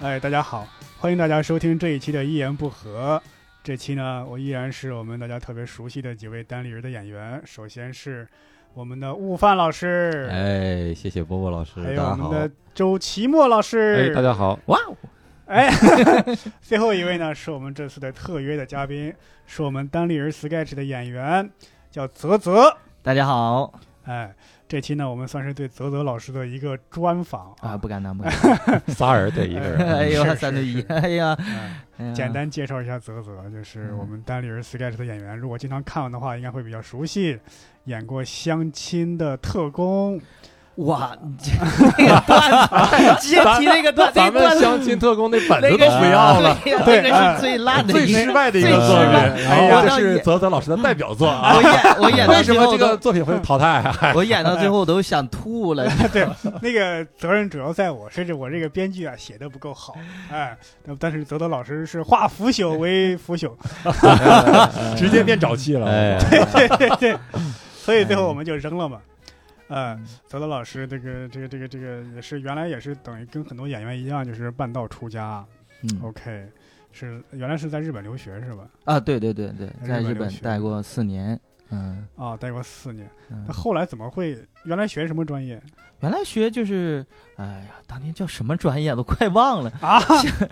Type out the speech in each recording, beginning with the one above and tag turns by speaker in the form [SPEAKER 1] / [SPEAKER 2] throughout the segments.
[SPEAKER 1] 哎，大家好，欢迎大家收听这一期的《一言不合》。这期呢，我依然是我们大家特别熟悉的几位单立人的演员，首先是我们的悟饭老师，
[SPEAKER 2] 哎，谢谢波波老师，
[SPEAKER 1] 还有
[SPEAKER 2] 大
[SPEAKER 1] 我
[SPEAKER 2] 家好
[SPEAKER 1] 们。的周奇墨老师
[SPEAKER 2] 哎，，大家好，哇哦，
[SPEAKER 1] 哎，最后一位呢是我们这次的特约的嘉宾，是我们单立人 sketch 的演员，叫泽泽。
[SPEAKER 3] 大家好
[SPEAKER 1] 哎，这期呢我们算是对泽泽老师的一个专访
[SPEAKER 3] 啊，不敢当，不敢
[SPEAKER 2] 仨人对一个
[SPEAKER 3] 当。 哎
[SPEAKER 2] 人，
[SPEAKER 1] 是
[SPEAKER 3] 呦，
[SPEAKER 1] 是
[SPEAKER 3] 三对一
[SPEAKER 1] 是，
[SPEAKER 3] 哎呀，
[SPEAKER 1] 哎
[SPEAKER 3] 哎呀
[SPEAKER 1] 简单介绍一下泽泽，就是我们单立人 sketch 的演员。如果经常看的话，应该会比较熟悉，演过《相亲的特工》。
[SPEAKER 3] 哇， 你这那个段子，直接提那个段，这
[SPEAKER 2] 咱
[SPEAKER 3] 个
[SPEAKER 2] 们
[SPEAKER 3] 段子
[SPEAKER 2] 相亲特工那本
[SPEAKER 3] 那
[SPEAKER 2] 子
[SPEAKER 3] 个
[SPEAKER 2] 都不要了，
[SPEAKER 3] 对呀，
[SPEAKER 1] 对
[SPEAKER 3] 那个
[SPEAKER 1] 哎
[SPEAKER 3] 是最烂的
[SPEAKER 2] 最
[SPEAKER 3] 一个
[SPEAKER 2] 失败的一个
[SPEAKER 3] 最
[SPEAKER 2] 作
[SPEAKER 3] 失
[SPEAKER 2] 品。
[SPEAKER 3] 败
[SPEAKER 1] 哎
[SPEAKER 2] 然
[SPEAKER 1] 呀
[SPEAKER 2] 后这是泽泽老师的代表作啊
[SPEAKER 3] 我。演我演到
[SPEAKER 2] 为什
[SPEAKER 3] 最
[SPEAKER 2] 么
[SPEAKER 3] 后
[SPEAKER 2] 这个
[SPEAKER 3] 都，
[SPEAKER 2] 作品会淘汰啊？
[SPEAKER 3] 我演到最后都想吐了。
[SPEAKER 1] 对，那个责任主要在我，甚至我这个编剧啊写的不够好，哎，但但是泽泽老师是化腐朽为 腐朽，
[SPEAKER 2] 直接变沼气了。
[SPEAKER 3] 哎
[SPEAKER 1] 对对对，所以最后我们就扔了嘛。呃，泽泽老师，这个这个这个这个也是原来也是等于跟很多演员一样，就是半道出家。
[SPEAKER 3] 嗯
[SPEAKER 1] OK，是原来是在日本留学是吧？
[SPEAKER 3] 啊，对对对对，在
[SPEAKER 1] 日本
[SPEAKER 3] 日
[SPEAKER 1] 留
[SPEAKER 3] 本
[SPEAKER 1] 学
[SPEAKER 3] 待过四年，嗯
[SPEAKER 1] 啊、待过四年。
[SPEAKER 3] 嗯
[SPEAKER 1] 那，后来怎么会？原来学什么 专业
[SPEAKER 3] 原来学就是，哎呀，当年叫什么专业都快忘了，
[SPEAKER 1] 啊？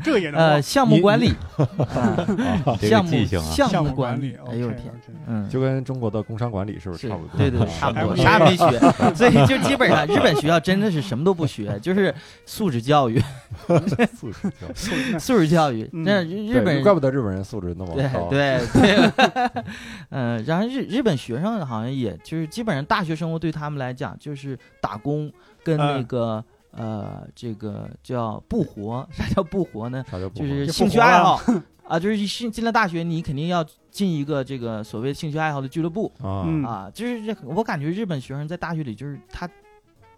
[SPEAKER 1] 这也能忘
[SPEAKER 3] 呃，项目管理，啊
[SPEAKER 2] 啊 这个
[SPEAKER 3] 项目
[SPEAKER 2] 记性啊，
[SPEAKER 1] 项
[SPEAKER 3] 项
[SPEAKER 1] 目
[SPEAKER 3] 管
[SPEAKER 1] 理。
[SPEAKER 3] 哎呦我
[SPEAKER 1] OK，
[SPEAKER 3] 天，
[SPEAKER 1] OK
[SPEAKER 3] 嗯，
[SPEAKER 2] 就跟中国的工商管理是不是
[SPEAKER 3] 是
[SPEAKER 2] 差不多？啊
[SPEAKER 3] 对对，差不多，
[SPEAKER 1] 还不
[SPEAKER 3] 啥也 没学，所以就基本上日本学校真的是什么都不学，就是素质教育，
[SPEAKER 2] 素质挺好。
[SPEAKER 1] 素质
[SPEAKER 3] 素质教育。
[SPEAKER 1] 嗯
[SPEAKER 3] 那日本人
[SPEAKER 2] 怪不 啊得日本人素质那么
[SPEAKER 3] 对
[SPEAKER 2] 高。
[SPEAKER 3] 对对，嗯，然后日日本学生好像也就是基本上大学生活对他们来讲就是打工跟那
[SPEAKER 1] 嗯
[SPEAKER 3] 个呃这个叫不活，啥叫不活呢？
[SPEAKER 2] 啥叫不
[SPEAKER 3] 就
[SPEAKER 2] 会
[SPEAKER 1] 就
[SPEAKER 3] 是
[SPEAKER 1] 不
[SPEAKER 3] 兴趣
[SPEAKER 1] 活
[SPEAKER 3] 爱
[SPEAKER 1] 了
[SPEAKER 3] 好 啊，就是进进了大学，你肯定要进一个这个所谓兴趣爱好的俱乐部，
[SPEAKER 2] 啊？
[SPEAKER 1] 嗯
[SPEAKER 3] 啊，就是这，我感觉日本学生在大学里，就是他，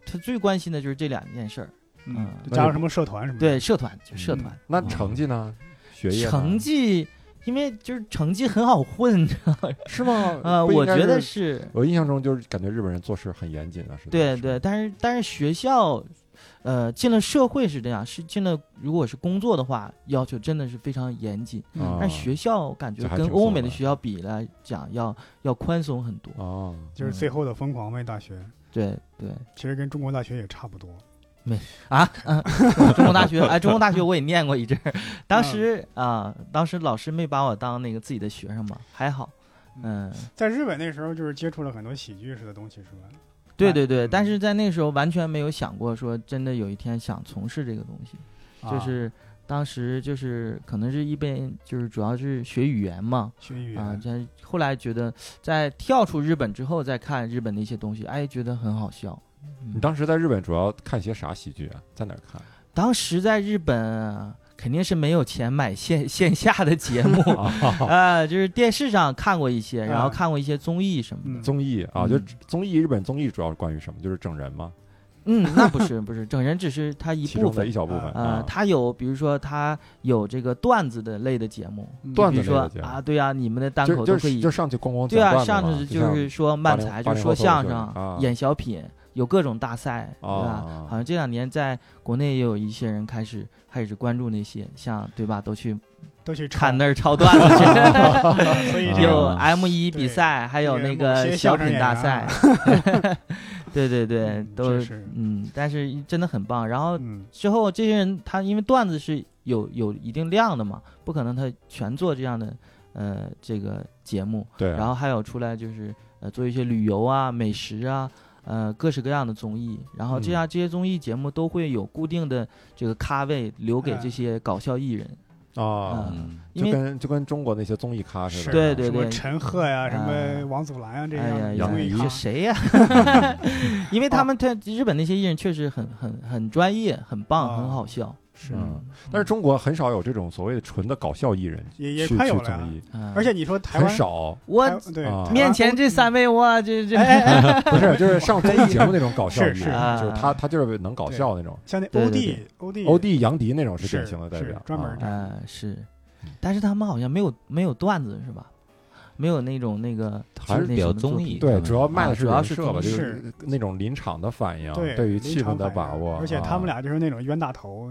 [SPEAKER 3] 他最关心的就是这两件事儿，
[SPEAKER 1] 嗯
[SPEAKER 3] 嗯，
[SPEAKER 1] 就加上什么社团什么的。
[SPEAKER 3] 对，社团就社团，
[SPEAKER 2] 嗯那成绩呢？学业呢
[SPEAKER 3] 成绩，因为就是成绩很好混，你知道吗？
[SPEAKER 2] 是吗？
[SPEAKER 3] 呃，
[SPEAKER 2] 不应
[SPEAKER 3] 我
[SPEAKER 2] 该
[SPEAKER 3] 觉得
[SPEAKER 2] 是
[SPEAKER 3] 是，
[SPEAKER 2] 我印象中就是感觉日本人做事很严谨啊，是的
[SPEAKER 3] 对
[SPEAKER 2] 是
[SPEAKER 3] 对，但是但是学校，呃，进了社会是这样，是进了如果是工作的话，要求真的是非常严谨，
[SPEAKER 1] 嗯
[SPEAKER 2] 啊
[SPEAKER 3] 但是学校感觉
[SPEAKER 2] 这还
[SPEAKER 3] 跟
[SPEAKER 2] 挺
[SPEAKER 3] 欧
[SPEAKER 2] 松
[SPEAKER 3] 美的
[SPEAKER 2] 的
[SPEAKER 3] 学校比来讲要要宽松很多，
[SPEAKER 2] 哦，
[SPEAKER 1] 就是最后的疯狂呗，大学
[SPEAKER 3] 对对。
[SPEAKER 1] 其实跟中国大学也差不多。
[SPEAKER 3] 啊，嗯、中国大学，哎，中国大学我也念过一阵儿，当时
[SPEAKER 1] 嗯
[SPEAKER 3] 啊、当时老师没把我当那个自己的学生嘛，还好，嗯，
[SPEAKER 1] 在日本那时候，就是接触了很多喜剧式的东西，是吧？
[SPEAKER 3] 对对
[SPEAKER 1] 嗯
[SPEAKER 3] 对，但是在那时候完全没有想过说真的有一天想从事这个东西，就
[SPEAKER 1] 啊
[SPEAKER 3] 是当时就是可能是一边就是主要是学语言嘛，
[SPEAKER 1] 学语
[SPEAKER 3] 啊，
[SPEAKER 1] 言，
[SPEAKER 3] 但后来觉得在跳出日本之后再看日本的一些东西，哎，觉得很好笑。
[SPEAKER 2] 你当时在日本主要看些啥喜剧啊？在哪儿看？
[SPEAKER 3] 当时在日本肯定是没有钱买线线下的节 目，啊，就是电视上看过一些，然
[SPEAKER 1] 啊
[SPEAKER 2] 嗯
[SPEAKER 3] 后看过一些综艺什么的。
[SPEAKER 1] 嗯
[SPEAKER 2] 综艺啊，
[SPEAKER 3] 嗯
[SPEAKER 2] 就综艺，日本综艺主要是关于什么？就是整人吗？
[SPEAKER 3] 嗯，那不是不是，整人只是他一
[SPEAKER 2] 其
[SPEAKER 3] 部
[SPEAKER 2] 中的
[SPEAKER 3] 分
[SPEAKER 2] 一。小部分
[SPEAKER 3] 呃，
[SPEAKER 2] 啊。
[SPEAKER 3] 他有，比如说他有这个段子的类的节目，
[SPEAKER 1] 嗯
[SPEAKER 2] 段
[SPEAKER 3] 比
[SPEAKER 2] 子
[SPEAKER 3] 如
[SPEAKER 2] 类的
[SPEAKER 3] 说
[SPEAKER 2] 节目
[SPEAKER 3] 啊，对啊，你们的单
[SPEAKER 2] 就
[SPEAKER 3] 口
[SPEAKER 2] 就
[SPEAKER 3] 都可
[SPEAKER 2] 是
[SPEAKER 3] 以
[SPEAKER 2] 就，上去咣咣
[SPEAKER 3] 对
[SPEAKER 2] 讲
[SPEAKER 3] 啊，
[SPEAKER 2] 段子
[SPEAKER 3] 上
[SPEAKER 2] 嘛
[SPEAKER 3] 去
[SPEAKER 2] 就
[SPEAKER 3] 就是说漫
[SPEAKER 2] 80
[SPEAKER 3] 才，
[SPEAKER 2] 80
[SPEAKER 3] 就
[SPEAKER 2] 后
[SPEAKER 3] 说相
[SPEAKER 2] 的
[SPEAKER 3] 声
[SPEAKER 2] 啊、
[SPEAKER 3] 演小品，有各种大赛，对吧
[SPEAKER 2] 啊？
[SPEAKER 3] 好像这两年在国内也有一些人开始开始关注那些，像对吧？都去
[SPEAKER 1] 都去
[SPEAKER 3] 看
[SPEAKER 1] 的，
[SPEAKER 3] 那儿抄段子去。
[SPEAKER 1] 所以
[SPEAKER 2] 啊
[SPEAKER 1] 这
[SPEAKER 3] 有
[SPEAKER 1] 个
[SPEAKER 3] M 一比赛，还有那个小品大赛，对对对
[SPEAKER 1] 嗯，
[SPEAKER 3] 都
[SPEAKER 1] 真是
[SPEAKER 3] 嗯，但是真的很棒。然后
[SPEAKER 1] 嗯
[SPEAKER 3] 之后这些人他因为段子是有有一定量的嘛，不可能他全做这样的呃这个节目，
[SPEAKER 2] 对啊，
[SPEAKER 3] 然后还有出来就是呃做一些旅游啊、美食啊。呃，各式各样的综艺，然
[SPEAKER 2] 嗯
[SPEAKER 3] 后这样这些综艺节目都会有固定的这个咖位留给
[SPEAKER 1] 哎
[SPEAKER 3] 这些搞笑艺人，
[SPEAKER 2] 啊，
[SPEAKER 3] 嗯因
[SPEAKER 2] 就
[SPEAKER 3] 为
[SPEAKER 2] 跟就跟中国那些综艺咖似的，
[SPEAKER 3] 对对
[SPEAKER 1] 什么
[SPEAKER 3] 对
[SPEAKER 1] 陈赫呀，什么
[SPEAKER 3] 啊
[SPEAKER 1] 王祖蓝啊，这
[SPEAKER 3] 哎呀
[SPEAKER 1] 样
[SPEAKER 3] 呀，
[SPEAKER 1] 综
[SPEAKER 2] 杨
[SPEAKER 1] 艺
[SPEAKER 2] 幂
[SPEAKER 1] 咖
[SPEAKER 3] 这，谁呀、 因为他们他日本那些艺人确实很很很专业，很棒，
[SPEAKER 1] 啊
[SPEAKER 3] 很好笑。
[SPEAKER 1] 是
[SPEAKER 2] 嗯，但是中国很少有这种所谓的纯的搞笑艺人
[SPEAKER 1] 也也
[SPEAKER 2] 去去
[SPEAKER 1] 快有了呀
[SPEAKER 2] 综。艺，
[SPEAKER 3] 嗯
[SPEAKER 1] 而且你说台
[SPEAKER 2] 很
[SPEAKER 1] 湾，
[SPEAKER 2] 少，
[SPEAKER 1] 台
[SPEAKER 3] 我
[SPEAKER 1] 对
[SPEAKER 2] 啊
[SPEAKER 1] 台湾
[SPEAKER 3] 面前这三位，我这这
[SPEAKER 1] 哎哎 哎
[SPEAKER 2] 不是就是上综艺节目那种搞笑
[SPEAKER 1] 是
[SPEAKER 2] 艺
[SPEAKER 1] 是
[SPEAKER 2] 人，就是
[SPEAKER 3] 啊
[SPEAKER 2] 他他就是能搞
[SPEAKER 1] 对
[SPEAKER 2] 笑那种。
[SPEAKER 1] 嗯像那
[SPEAKER 3] 对
[SPEAKER 1] 欧弟
[SPEAKER 3] 对对
[SPEAKER 1] 欧弟
[SPEAKER 2] 欧弟、杨迪那种是
[SPEAKER 1] 是
[SPEAKER 2] 典型的代
[SPEAKER 1] 是
[SPEAKER 2] 表，
[SPEAKER 3] 哎
[SPEAKER 1] 专门
[SPEAKER 2] 啊
[SPEAKER 1] 的
[SPEAKER 3] 呃是，但是他们好像没有没有段子是吧？没有那种那个
[SPEAKER 2] 还是
[SPEAKER 3] 那
[SPEAKER 4] 比较
[SPEAKER 3] 什么作
[SPEAKER 4] 综
[SPEAKER 3] 品
[SPEAKER 4] 艺
[SPEAKER 2] 对，
[SPEAKER 4] 嗯
[SPEAKER 2] 主要卖的是
[SPEAKER 1] 啊
[SPEAKER 3] 主要
[SPEAKER 2] 人设吧，
[SPEAKER 3] 是综
[SPEAKER 2] 就
[SPEAKER 3] 艺
[SPEAKER 2] 是那种临场的反应，
[SPEAKER 1] 对
[SPEAKER 2] 啊对于
[SPEAKER 1] 临
[SPEAKER 2] 气
[SPEAKER 1] 场
[SPEAKER 2] 氛的
[SPEAKER 1] 反
[SPEAKER 2] 把
[SPEAKER 1] 应
[SPEAKER 2] 握。
[SPEAKER 1] 而且他们
[SPEAKER 2] 啊
[SPEAKER 1] 俩就是那种冤大头，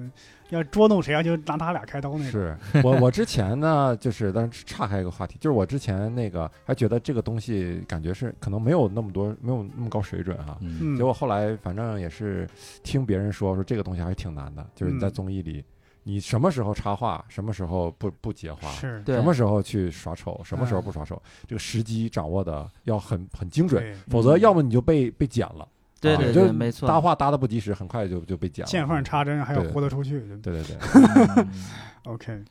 [SPEAKER 1] 要捉弄谁啊，就拿他俩开刀那种。
[SPEAKER 2] 是我我之前呢，就是但是岔开一个话题，就是我之前那个还觉得这个东西感觉是可能没有那么多没有那么高水准啊。
[SPEAKER 4] 嗯
[SPEAKER 1] 嗯
[SPEAKER 2] 结，果后来反正也是听别人说说这个东西还是挺难的，就是你在
[SPEAKER 1] 嗯
[SPEAKER 2] 综艺里，你什么时候插话，什么时候不不接话，
[SPEAKER 1] 是，
[SPEAKER 3] 对
[SPEAKER 2] 什么时候去耍丑，什么时候
[SPEAKER 1] 嗯
[SPEAKER 2] 不耍丑，这个时机掌握的要很很精准，
[SPEAKER 1] 对，
[SPEAKER 2] 否则
[SPEAKER 3] 嗯
[SPEAKER 2] 要么你就被被剪了，
[SPEAKER 3] 对
[SPEAKER 2] 啊
[SPEAKER 3] 对
[SPEAKER 2] 就
[SPEAKER 3] 对，没错。
[SPEAKER 2] 搭话搭的不及时，很快就就被剪了。
[SPEAKER 1] 见缝插针还要
[SPEAKER 2] 对
[SPEAKER 1] 豁得出去。
[SPEAKER 2] 对 对对，
[SPEAKER 3] 嗯
[SPEAKER 1] OK，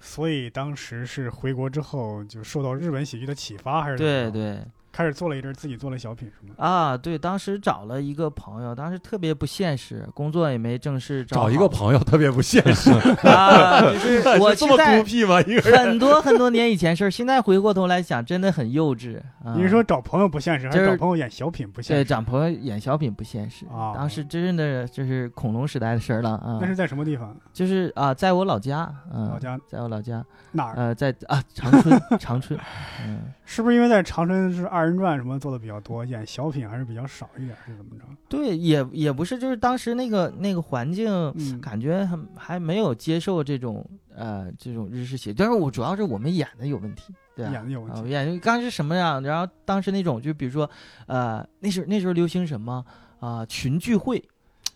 [SPEAKER 1] 所以当时是回国之后就受到日本喜剧的启发，还是怎么
[SPEAKER 3] 对
[SPEAKER 1] 着，
[SPEAKER 3] 对
[SPEAKER 1] 开始做了一阵儿自己做了小品是吗？
[SPEAKER 3] 啊，对，当时找了一个朋友，当时特别不现实，工作也没正式
[SPEAKER 2] 找
[SPEAKER 3] 好
[SPEAKER 2] 一个朋友特别不现 实，
[SPEAKER 3] 啊，就是我
[SPEAKER 4] 这
[SPEAKER 3] 现
[SPEAKER 4] 么孤
[SPEAKER 3] 在
[SPEAKER 4] 僻吗？一个人
[SPEAKER 3] 很多很多年以前事儿，现在回过头来想，真的很幼稚。啊、
[SPEAKER 1] 你是说找朋友不现实，还
[SPEAKER 3] 就是是
[SPEAKER 1] 找朋友演小品不
[SPEAKER 3] 对，
[SPEAKER 1] 现实？
[SPEAKER 3] 长朋友演小品不现实，
[SPEAKER 1] 哦
[SPEAKER 3] 当时真的就是恐龙时代的事儿了啊
[SPEAKER 1] 那，是在什么地方？
[SPEAKER 3] 就是啊，在我老家，嗯、
[SPEAKER 1] 老家
[SPEAKER 3] 在我老家，
[SPEAKER 1] 哪儿？
[SPEAKER 3] 呃，在啊长春， 长春，嗯，
[SPEAKER 1] 是不是因为在长春是二人转什么做的比较多，演小品还是比较少一点，是怎么着？
[SPEAKER 3] 对，也也不是，就是当时那个那个环境，
[SPEAKER 1] 嗯，
[SPEAKER 3] 感觉还还没有接受这种呃这种日式喜剧，但是我主要是我们演的有问题，对吧、
[SPEAKER 1] 演的有问
[SPEAKER 3] 啊，我
[SPEAKER 1] 题。
[SPEAKER 3] 演刚是什么样？然后当时那种就比如说，呃，那时候那时候流行什么啊、群聚会，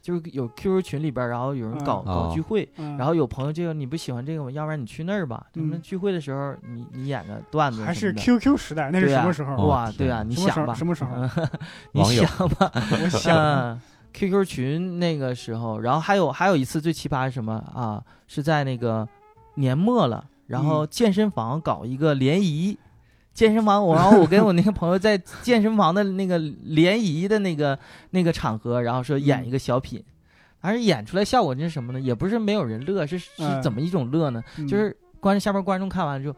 [SPEAKER 3] 就是有 QQ 群里边儿，然后有人搞、
[SPEAKER 4] 嗯
[SPEAKER 3] 搞
[SPEAKER 4] 哦
[SPEAKER 3] 聚会，
[SPEAKER 1] 嗯
[SPEAKER 3] 然后有朋友这个你不喜欢这个吗？要不然你去那儿吧。他们
[SPEAKER 1] 嗯
[SPEAKER 3] 聚会的时候，你你演个段子
[SPEAKER 1] 还
[SPEAKER 3] 什
[SPEAKER 1] 是
[SPEAKER 3] 么的
[SPEAKER 1] QQ 时代，那是
[SPEAKER 3] 对
[SPEAKER 1] 什
[SPEAKER 3] 啊
[SPEAKER 1] 么时候？
[SPEAKER 4] 哦
[SPEAKER 3] 哇，对啊，你
[SPEAKER 1] 什么时
[SPEAKER 3] 想
[SPEAKER 1] 候
[SPEAKER 3] 吧，
[SPEAKER 1] 什么时候
[SPEAKER 3] 嗯 你
[SPEAKER 4] 网友
[SPEAKER 3] 想吧，
[SPEAKER 1] 我想，
[SPEAKER 3] 像 QQ 呃群那个时候，然后还有还有一次最奇葩是什么啊？是在那个年末了，然
[SPEAKER 1] 嗯
[SPEAKER 3] 后健身房搞一个联谊。健身房，我然后我跟我那个朋友在健身房的那个联谊的那个那个场合，然后
[SPEAKER 1] 嗯
[SPEAKER 3] 说演一个小品，而演出来效果是什么呢？也不是没有人乐，是是
[SPEAKER 1] 嗯
[SPEAKER 3] 怎么一种乐呢？
[SPEAKER 1] 嗯
[SPEAKER 3] 就是观下边观众看完之后，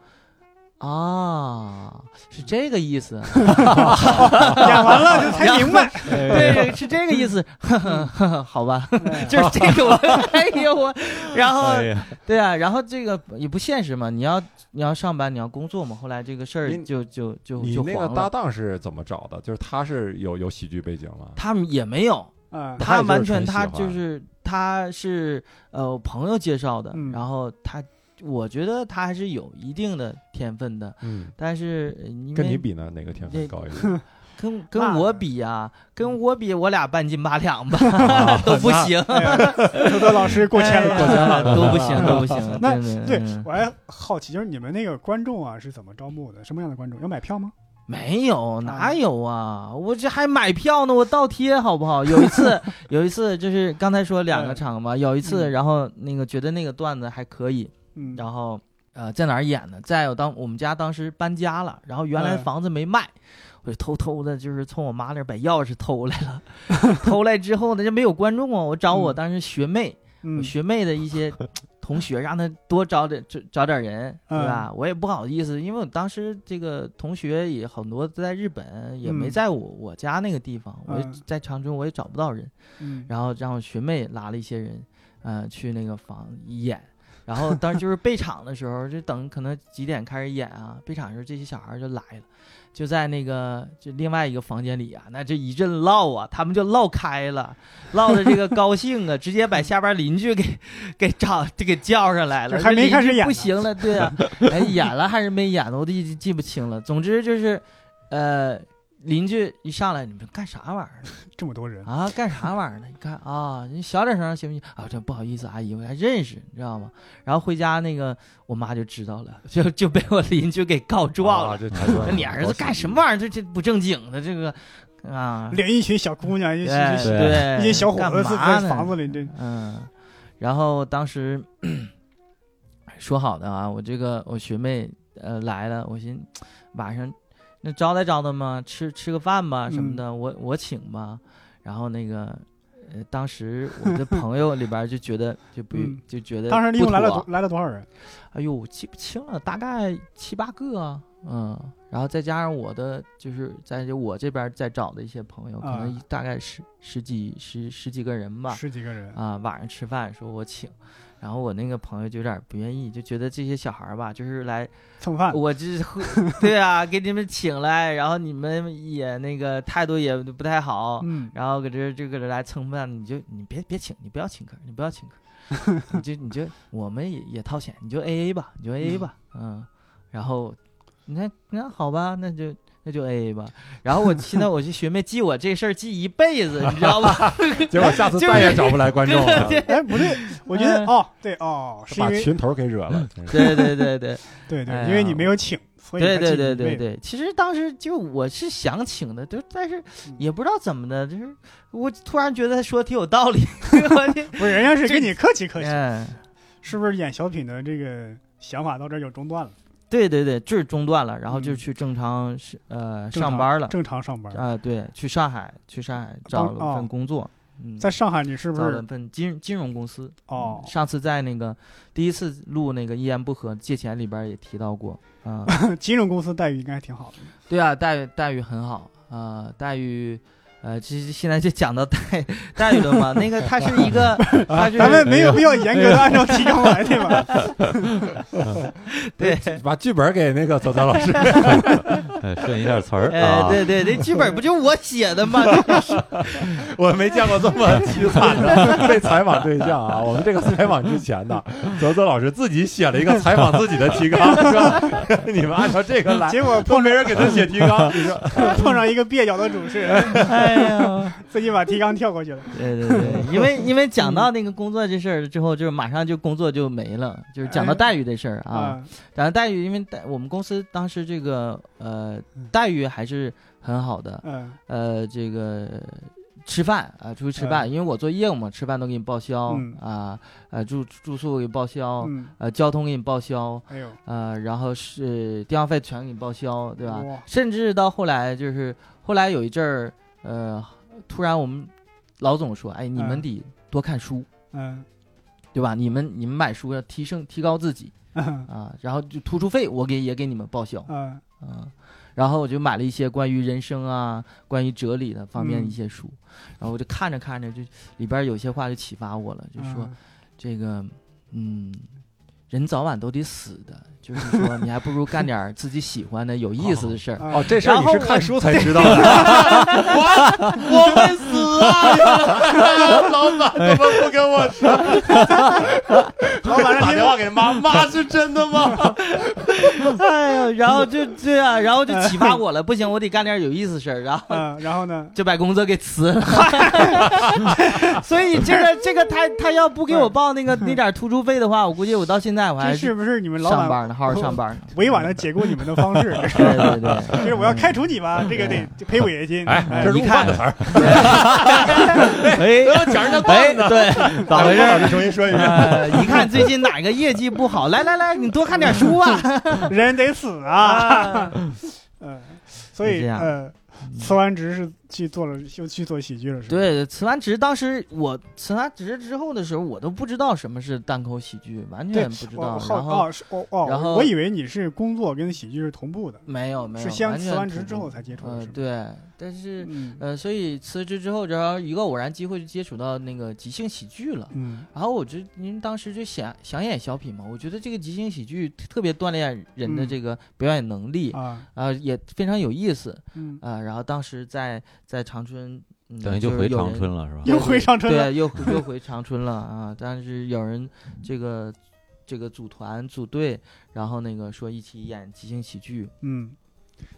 [SPEAKER 3] 啊，是
[SPEAKER 1] 嗯
[SPEAKER 3] 这个意思，啊
[SPEAKER 1] 演完了就才明白。
[SPEAKER 3] 嗯对，是这个意思， 呵呵呵呵好吧， 就是这种，哎呦我，然后
[SPEAKER 4] 哎呀，
[SPEAKER 3] 对啊，然后这个也不现实嘛，你要你要上班，你要工作嘛，后来这个事儿
[SPEAKER 2] 你
[SPEAKER 3] 就就就
[SPEAKER 2] 你
[SPEAKER 3] 就
[SPEAKER 2] 那个
[SPEAKER 3] 黄
[SPEAKER 2] 搭
[SPEAKER 3] 了，
[SPEAKER 2] 档是怎么找的？就是他是有有喜剧背景吗？
[SPEAKER 3] 他们也没有，
[SPEAKER 1] 嗯
[SPEAKER 2] 他也
[SPEAKER 3] 他
[SPEAKER 2] 就是
[SPEAKER 3] 完
[SPEAKER 2] 纯
[SPEAKER 3] 全
[SPEAKER 2] 喜
[SPEAKER 3] 他
[SPEAKER 2] 欢
[SPEAKER 3] 就是他是呃朋友介绍的
[SPEAKER 1] 嗯，
[SPEAKER 3] 然后他我觉得他还是有一定的天分的，
[SPEAKER 2] 嗯，
[SPEAKER 3] 但是呃因
[SPEAKER 2] 跟你
[SPEAKER 3] 为
[SPEAKER 2] 比呢，哪个天分
[SPEAKER 3] 那
[SPEAKER 2] 高一点？
[SPEAKER 3] 跟
[SPEAKER 1] 那
[SPEAKER 3] 跟我比呀、跟我比，我俩半斤八两
[SPEAKER 2] 啊
[SPEAKER 3] 吧， 都不行，
[SPEAKER 1] 哎呀周德老师过
[SPEAKER 3] 哎
[SPEAKER 1] 谦
[SPEAKER 3] 呀
[SPEAKER 1] 了，
[SPEAKER 3] 都不
[SPEAKER 2] 哎
[SPEAKER 3] 行，都不行。
[SPEAKER 1] 那
[SPEAKER 3] 真的
[SPEAKER 1] 对
[SPEAKER 3] 嗯，
[SPEAKER 1] 我还好奇，就是你们那个观众啊是怎么招募的？什么样的观众？要买票吗？
[SPEAKER 3] 没有，哪有啊？我这还买票呢，我倒贴好不好？有一 次，有一次就是刚才说两个场嘛，有一次，
[SPEAKER 1] 嗯
[SPEAKER 3] 然后那个觉得那个段子还可以，
[SPEAKER 1] 嗯，
[SPEAKER 3] 然后呃在哪儿演的？在我当我们家当时搬家了，然后原来
[SPEAKER 1] 嗯
[SPEAKER 3] 房子没卖，我就偷偷的就是从我妈那儿把钥匙偷来 了，偷来之后呢就没有观众啊，我找我
[SPEAKER 1] 嗯
[SPEAKER 3] 当时学妹。我
[SPEAKER 1] 嗯
[SPEAKER 3] 学妹的一些同学，让她多找点找找点人，对吧？
[SPEAKER 1] 嗯
[SPEAKER 3] 我也不好意思，因为我当时这个同学也很多在日本，也没
[SPEAKER 1] 嗯
[SPEAKER 3] 在我我家那个地方，我也
[SPEAKER 1] 嗯
[SPEAKER 3] 在长春我也找不到人，
[SPEAKER 1] 嗯，
[SPEAKER 3] 然后让我学妹拉了一些人，呃，去那个房演。然后当时就是备场的时候，就等可能几点开始演啊？备场的时候，这些小孩儿就来了，就在那个就另外一个房间里啊，那这一阵唠啊，他们就唠开了，唠的这个高兴啊，直接把下边邻居给给找给叫上来了，
[SPEAKER 1] 这还没开始
[SPEAKER 3] 这邻居
[SPEAKER 1] 演呢
[SPEAKER 3] 不行了，对 啊，哎，演了还是没演呢？我都已经记不清了。总之就是，呃，邻居一上来，你们干啥玩意儿？
[SPEAKER 1] 这么多人，
[SPEAKER 3] 啊，干啥玩意儿呢？你看啊，你小点声行不行？啊，这不好意思，阿姨，我还认识，你知道吗？然后回家那个我妈就知道了，就就被我邻居给告状
[SPEAKER 2] 啊
[SPEAKER 3] 了。
[SPEAKER 2] 这太多
[SPEAKER 3] 说
[SPEAKER 2] 了
[SPEAKER 3] 你儿子干什么？玩意儿？这这不正经的，这个啊，
[SPEAKER 1] 领一群小姑娘，一
[SPEAKER 3] 对
[SPEAKER 1] 群一群
[SPEAKER 3] 对，
[SPEAKER 1] 一群小伙
[SPEAKER 3] 干
[SPEAKER 1] 子自
[SPEAKER 3] 嘛
[SPEAKER 1] 在
[SPEAKER 3] 呢
[SPEAKER 1] 房子里，这
[SPEAKER 3] 嗯，然后当时 说好的啊，我这个我学妹呃来了，我寻晚上那招待招待嘛，吃吃个饭吧什么的，
[SPEAKER 1] 嗯
[SPEAKER 3] 我我请吧。然后那个呃，当时我的朋友里边儿就觉得就不、
[SPEAKER 1] 嗯
[SPEAKER 3] 就觉得
[SPEAKER 1] 当时一
[SPEAKER 3] 不
[SPEAKER 1] 共来了
[SPEAKER 3] 妥
[SPEAKER 1] 多来了多少人？
[SPEAKER 3] 哎呦，我记不清了，大概七八个啊，嗯，然后再加上我的，就是在我这边儿再找的一些朋友，可
[SPEAKER 1] 啊
[SPEAKER 3] 能一大概十十几十十几个人吧，
[SPEAKER 1] 十几个人。
[SPEAKER 3] 啊啊，晚上吃饭说我请，然后我那个朋友就有点不愿意，就觉得这些小孩儿吧，就是来
[SPEAKER 1] 蹭饭，
[SPEAKER 3] 我这是喝 对啊，给你们请来，然后你们也那个态度也不太好，
[SPEAKER 1] 嗯，
[SPEAKER 3] 然后搁这就搁这来蹭饭，你就你别别请，你不要请客，你不要请客，你就你就我们也也掏钱，你就 A A 吧，你就 A A 吧，嗯然后你看那好吧，那就那就 A A 吧，然后我现在我这学妹记我这事儿记一辈子，你知道吧？
[SPEAKER 2] 结果下次
[SPEAKER 3] 就是
[SPEAKER 2] 再也找不来观众了，
[SPEAKER 1] 哎，不对，我觉得
[SPEAKER 3] 嗯
[SPEAKER 1] 哦，对哦，是因
[SPEAKER 2] 把
[SPEAKER 1] 为
[SPEAKER 2] 群头给惹了。真是
[SPEAKER 3] 对对对对
[SPEAKER 1] 对对，
[SPEAKER 3] 哎呀
[SPEAKER 1] 因为你没有请，所以
[SPEAKER 3] 对
[SPEAKER 1] 他
[SPEAKER 3] 对
[SPEAKER 1] 记
[SPEAKER 3] 对
[SPEAKER 1] 你
[SPEAKER 3] 对
[SPEAKER 1] 妹妹
[SPEAKER 3] 对，其实当时就我是想请的，就但是
[SPEAKER 1] 嗯
[SPEAKER 3] 也不知道怎么的，就是我突然觉得说得挺有道理， 我就
[SPEAKER 1] 不是人家是跟你客气客气，
[SPEAKER 3] 嗯。
[SPEAKER 1] 是不是演小品的这个想法到这儿就中断了？
[SPEAKER 3] 对对对，就是中断了，然后就
[SPEAKER 1] 嗯
[SPEAKER 3] 去正常是、呃
[SPEAKER 1] 正常
[SPEAKER 3] 上班了
[SPEAKER 1] 正常上班。
[SPEAKER 3] 啊、对，去上海去上海找
[SPEAKER 1] 当
[SPEAKER 3] 了
[SPEAKER 1] 哦
[SPEAKER 3] 份工作，嗯，
[SPEAKER 1] 在上海你是不
[SPEAKER 3] 找了
[SPEAKER 1] 是
[SPEAKER 3] 份金金融公司。
[SPEAKER 1] 哦
[SPEAKER 3] 嗯上次在那个第一次录那个一言不合借钱里边也提到过啊、
[SPEAKER 1] 金融公司待遇应该挺好的？
[SPEAKER 3] 对啊，待遇待遇很好啊、呃待遇。呃，这现在就讲到待待遇了嘛，那个它是一个，它是
[SPEAKER 1] 咱们没有必要严格的按照提纲来，对吧？
[SPEAKER 3] 对，
[SPEAKER 2] 把剧本给那个泽泽老师，
[SPEAKER 4] 哎顺一下词儿
[SPEAKER 3] 呃，
[SPEAKER 4] 啊，
[SPEAKER 3] 对对，那剧本不就我写的吗？
[SPEAKER 2] 我没见过这么凄惨的被采访对象啊！我们这个采访之前呢，泽泽老师自己写了一个采访自己的提纲，说 你们按照这个来，
[SPEAKER 1] 结果
[SPEAKER 2] 都没人给他写提纲，你说
[SPEAKER 1] 碰上一个蹩脚的主持人，
[SPEAKER 3] 哎呀，
[SPEAKER 1] 自己把提纲跳过去了。
[SPEAKER 3] 对对对，因为因为讲到那个工作这事儿之后，就是马上就工作就没了，就是讲到待遇这事儿啊，
[SPEAKER 1] 啊，
[SPEAKER 3] 讲到待遇，因为待我们公司当时这个呃待遇还是很好的，
[SPEAKER 1] 嗯
[SPEAKER 3] 呃，这个吃饭啊、出去吃饭，因为我做业务嘛，吃饭都给你报销啊
[SPEAKER 1] 嗯、
[SPEAKER 3] 呃住住宿给你报销，
[SPEAKER 1] 嗯，
[SPEAKER 3] 呃交通给你报销，
[SPEAKER 1] 哎呦，
[SPEAKER 3] 呃，然后是电话费全给你报销，对吧
[SPEAKER 1] 哇？
[SPEAKER 3] 甚至到后来就是后来有一阵儿，呃，突然我们老总说，哎，你们
[SPEAKER 1] 嗯
[SPEAKER 3] 得多看书，
[SPEAKER 1] 嗯
[SPEAKER 3] 对吧？你们你们买书要提升提高自己
[SPEAKER 1] 嗯
[SPEAKER 3] 啊、然后就图书费我给也给你们报销啊、
[SPEAKER 1] 嗯
[SPEAKER 3] 然后我就买了一些关于人生啊、关于哲理的方面的
[SPEAKER 1] 嗯
[SPEAKER 3] 一些书，然后我就看着看着就里边儿有些话就启发我了，就说、这个，嗯，人早晚都得死的，就是说你还不如干点儿自己喜欢的、有意思的事儿。
[SPEAKER 1] 啊
[SPEAKER 2] 哦，这事儿你是看书才知道的，
[SPEAKER 3] 我会死啊！
[SPEAKER 2] 老板怎么不跟我说？老板打电话给妈，妈是真的吗？
[SPEAKER 3] 哎呦，然后就对啊，然后就启发我了，不行，我得干点儿有意思事儿，然后
[SPEAKER 1] 嗯，然后呢？
[SPEAKER 3] 就把工作给辞 了。所以这个这个他他要不给我报
[SPEAKER 2] 嗯
[SPEAKER 3] 那个那点儿突出费的话，我估计我到现在我还
[SPEAKER 1] 这是不是你们老
[SPEAKER 3] 上
[SPEAKER 1] 板
[SPEAKER 3] 班呢，好好上班呢。
[SPEAKER 1] 委婉的解雇你们的方式？
[SPEAKER 3] 对对对， 嗯
[SPEAKER 1] 就是我要开除你吧，这个得得赔违约金。
[SPEAKER 2] 这是
[SPEAKER 3] 你
[SPEAKER 2] 陆犯
[SPEAKER 3] 看
[SPEAKER 2] 的词 儿，
[SPEAKER 3] 哎
[SPEAKER 2] 不要讲人家
[SPEAKER 3] 哎，
[SPEAKER 2] 段子。
[SPEAKER 3] 对，咋回事
[SPEAKER 2] 老
[SPEAKER 3] 儿
[SPEAKER 2] 师？重新说一遍。
[SPEAKER 3] 呃，一看最近哪个业绩不好，来来来，你多看点书啊 吧。
[SPEAKER 1] 人得死啊。 嗯，所
[SPEAKER 3] 是
[SPEAKER 1] 以
[SPEAKER 3] 这样
[SPEAKER 1] 呃，辞完职是去做了，又去做喜剧了，是吧？，
[SPEAKER 3] 对，辞完职，当时我辞完职之后的时候，我都不知道什么是单口喜剧，完全不知
[SPEAKER 1] 我我
[SPEAKER 3] 道。
[SPEAKER 1] 好
[SPEAKER 3] 然后
[SPEAKER 1] 哦是哦哦，
[SPEAKER 3] 然后
[SPEAKER 1] 我以为你是工作跟喜剧是同步的，
[SPEAKER 3] 没有没有，
[SPEAKER 1] 是先
[SPEAKER 3] 完全
[SPEAKER 1] 辞完职
[SPEAKER 3] 不
[SPEAKER 1] 之后才接触的，
[SPEAKER 3] 呃
[SPEAKER 1] 是，吗？
[SPEAKER 3] 对，但是
[SPEAKER 1] 嗯
[SPEAKER 3] 呃，所以辞职之后，然后一个偶然机会就接触到那个即兴喜剧了。
[SPEAKER 1] 嗯
[SPEAKER 3] 然后我就因为当时就想想演小品嘛，我觉得这个即兴喜剧特别锻炼人的
[SPEAKER 1] 嗯
[SPEAKER 3] 这个表演能力，
[SPEAKER 1] 啊
[SPEAKER 3] 啊、也非常有意思。
[SPEAKER 1] 嗯，
[SPEAKER 3] 啊、然后当时在在长春，嗯、
[SPEAKER 4] 等于
[SPEAKER 3] 就
[SPEAKER 4] 就是回
[SPEAKER 3] 有
[SPEAKER 4] 长
[SPEAKER 3] 人
[SPEAKER 4] 春了是吧？
[SPEAKER 1] 又回长春了，
[SPEAKER 3] 对，又又回长春了啊！但是有人这个这个组团组队，然后那个说一起演即兴喜剧，
[SPEAKER 1] 嗯，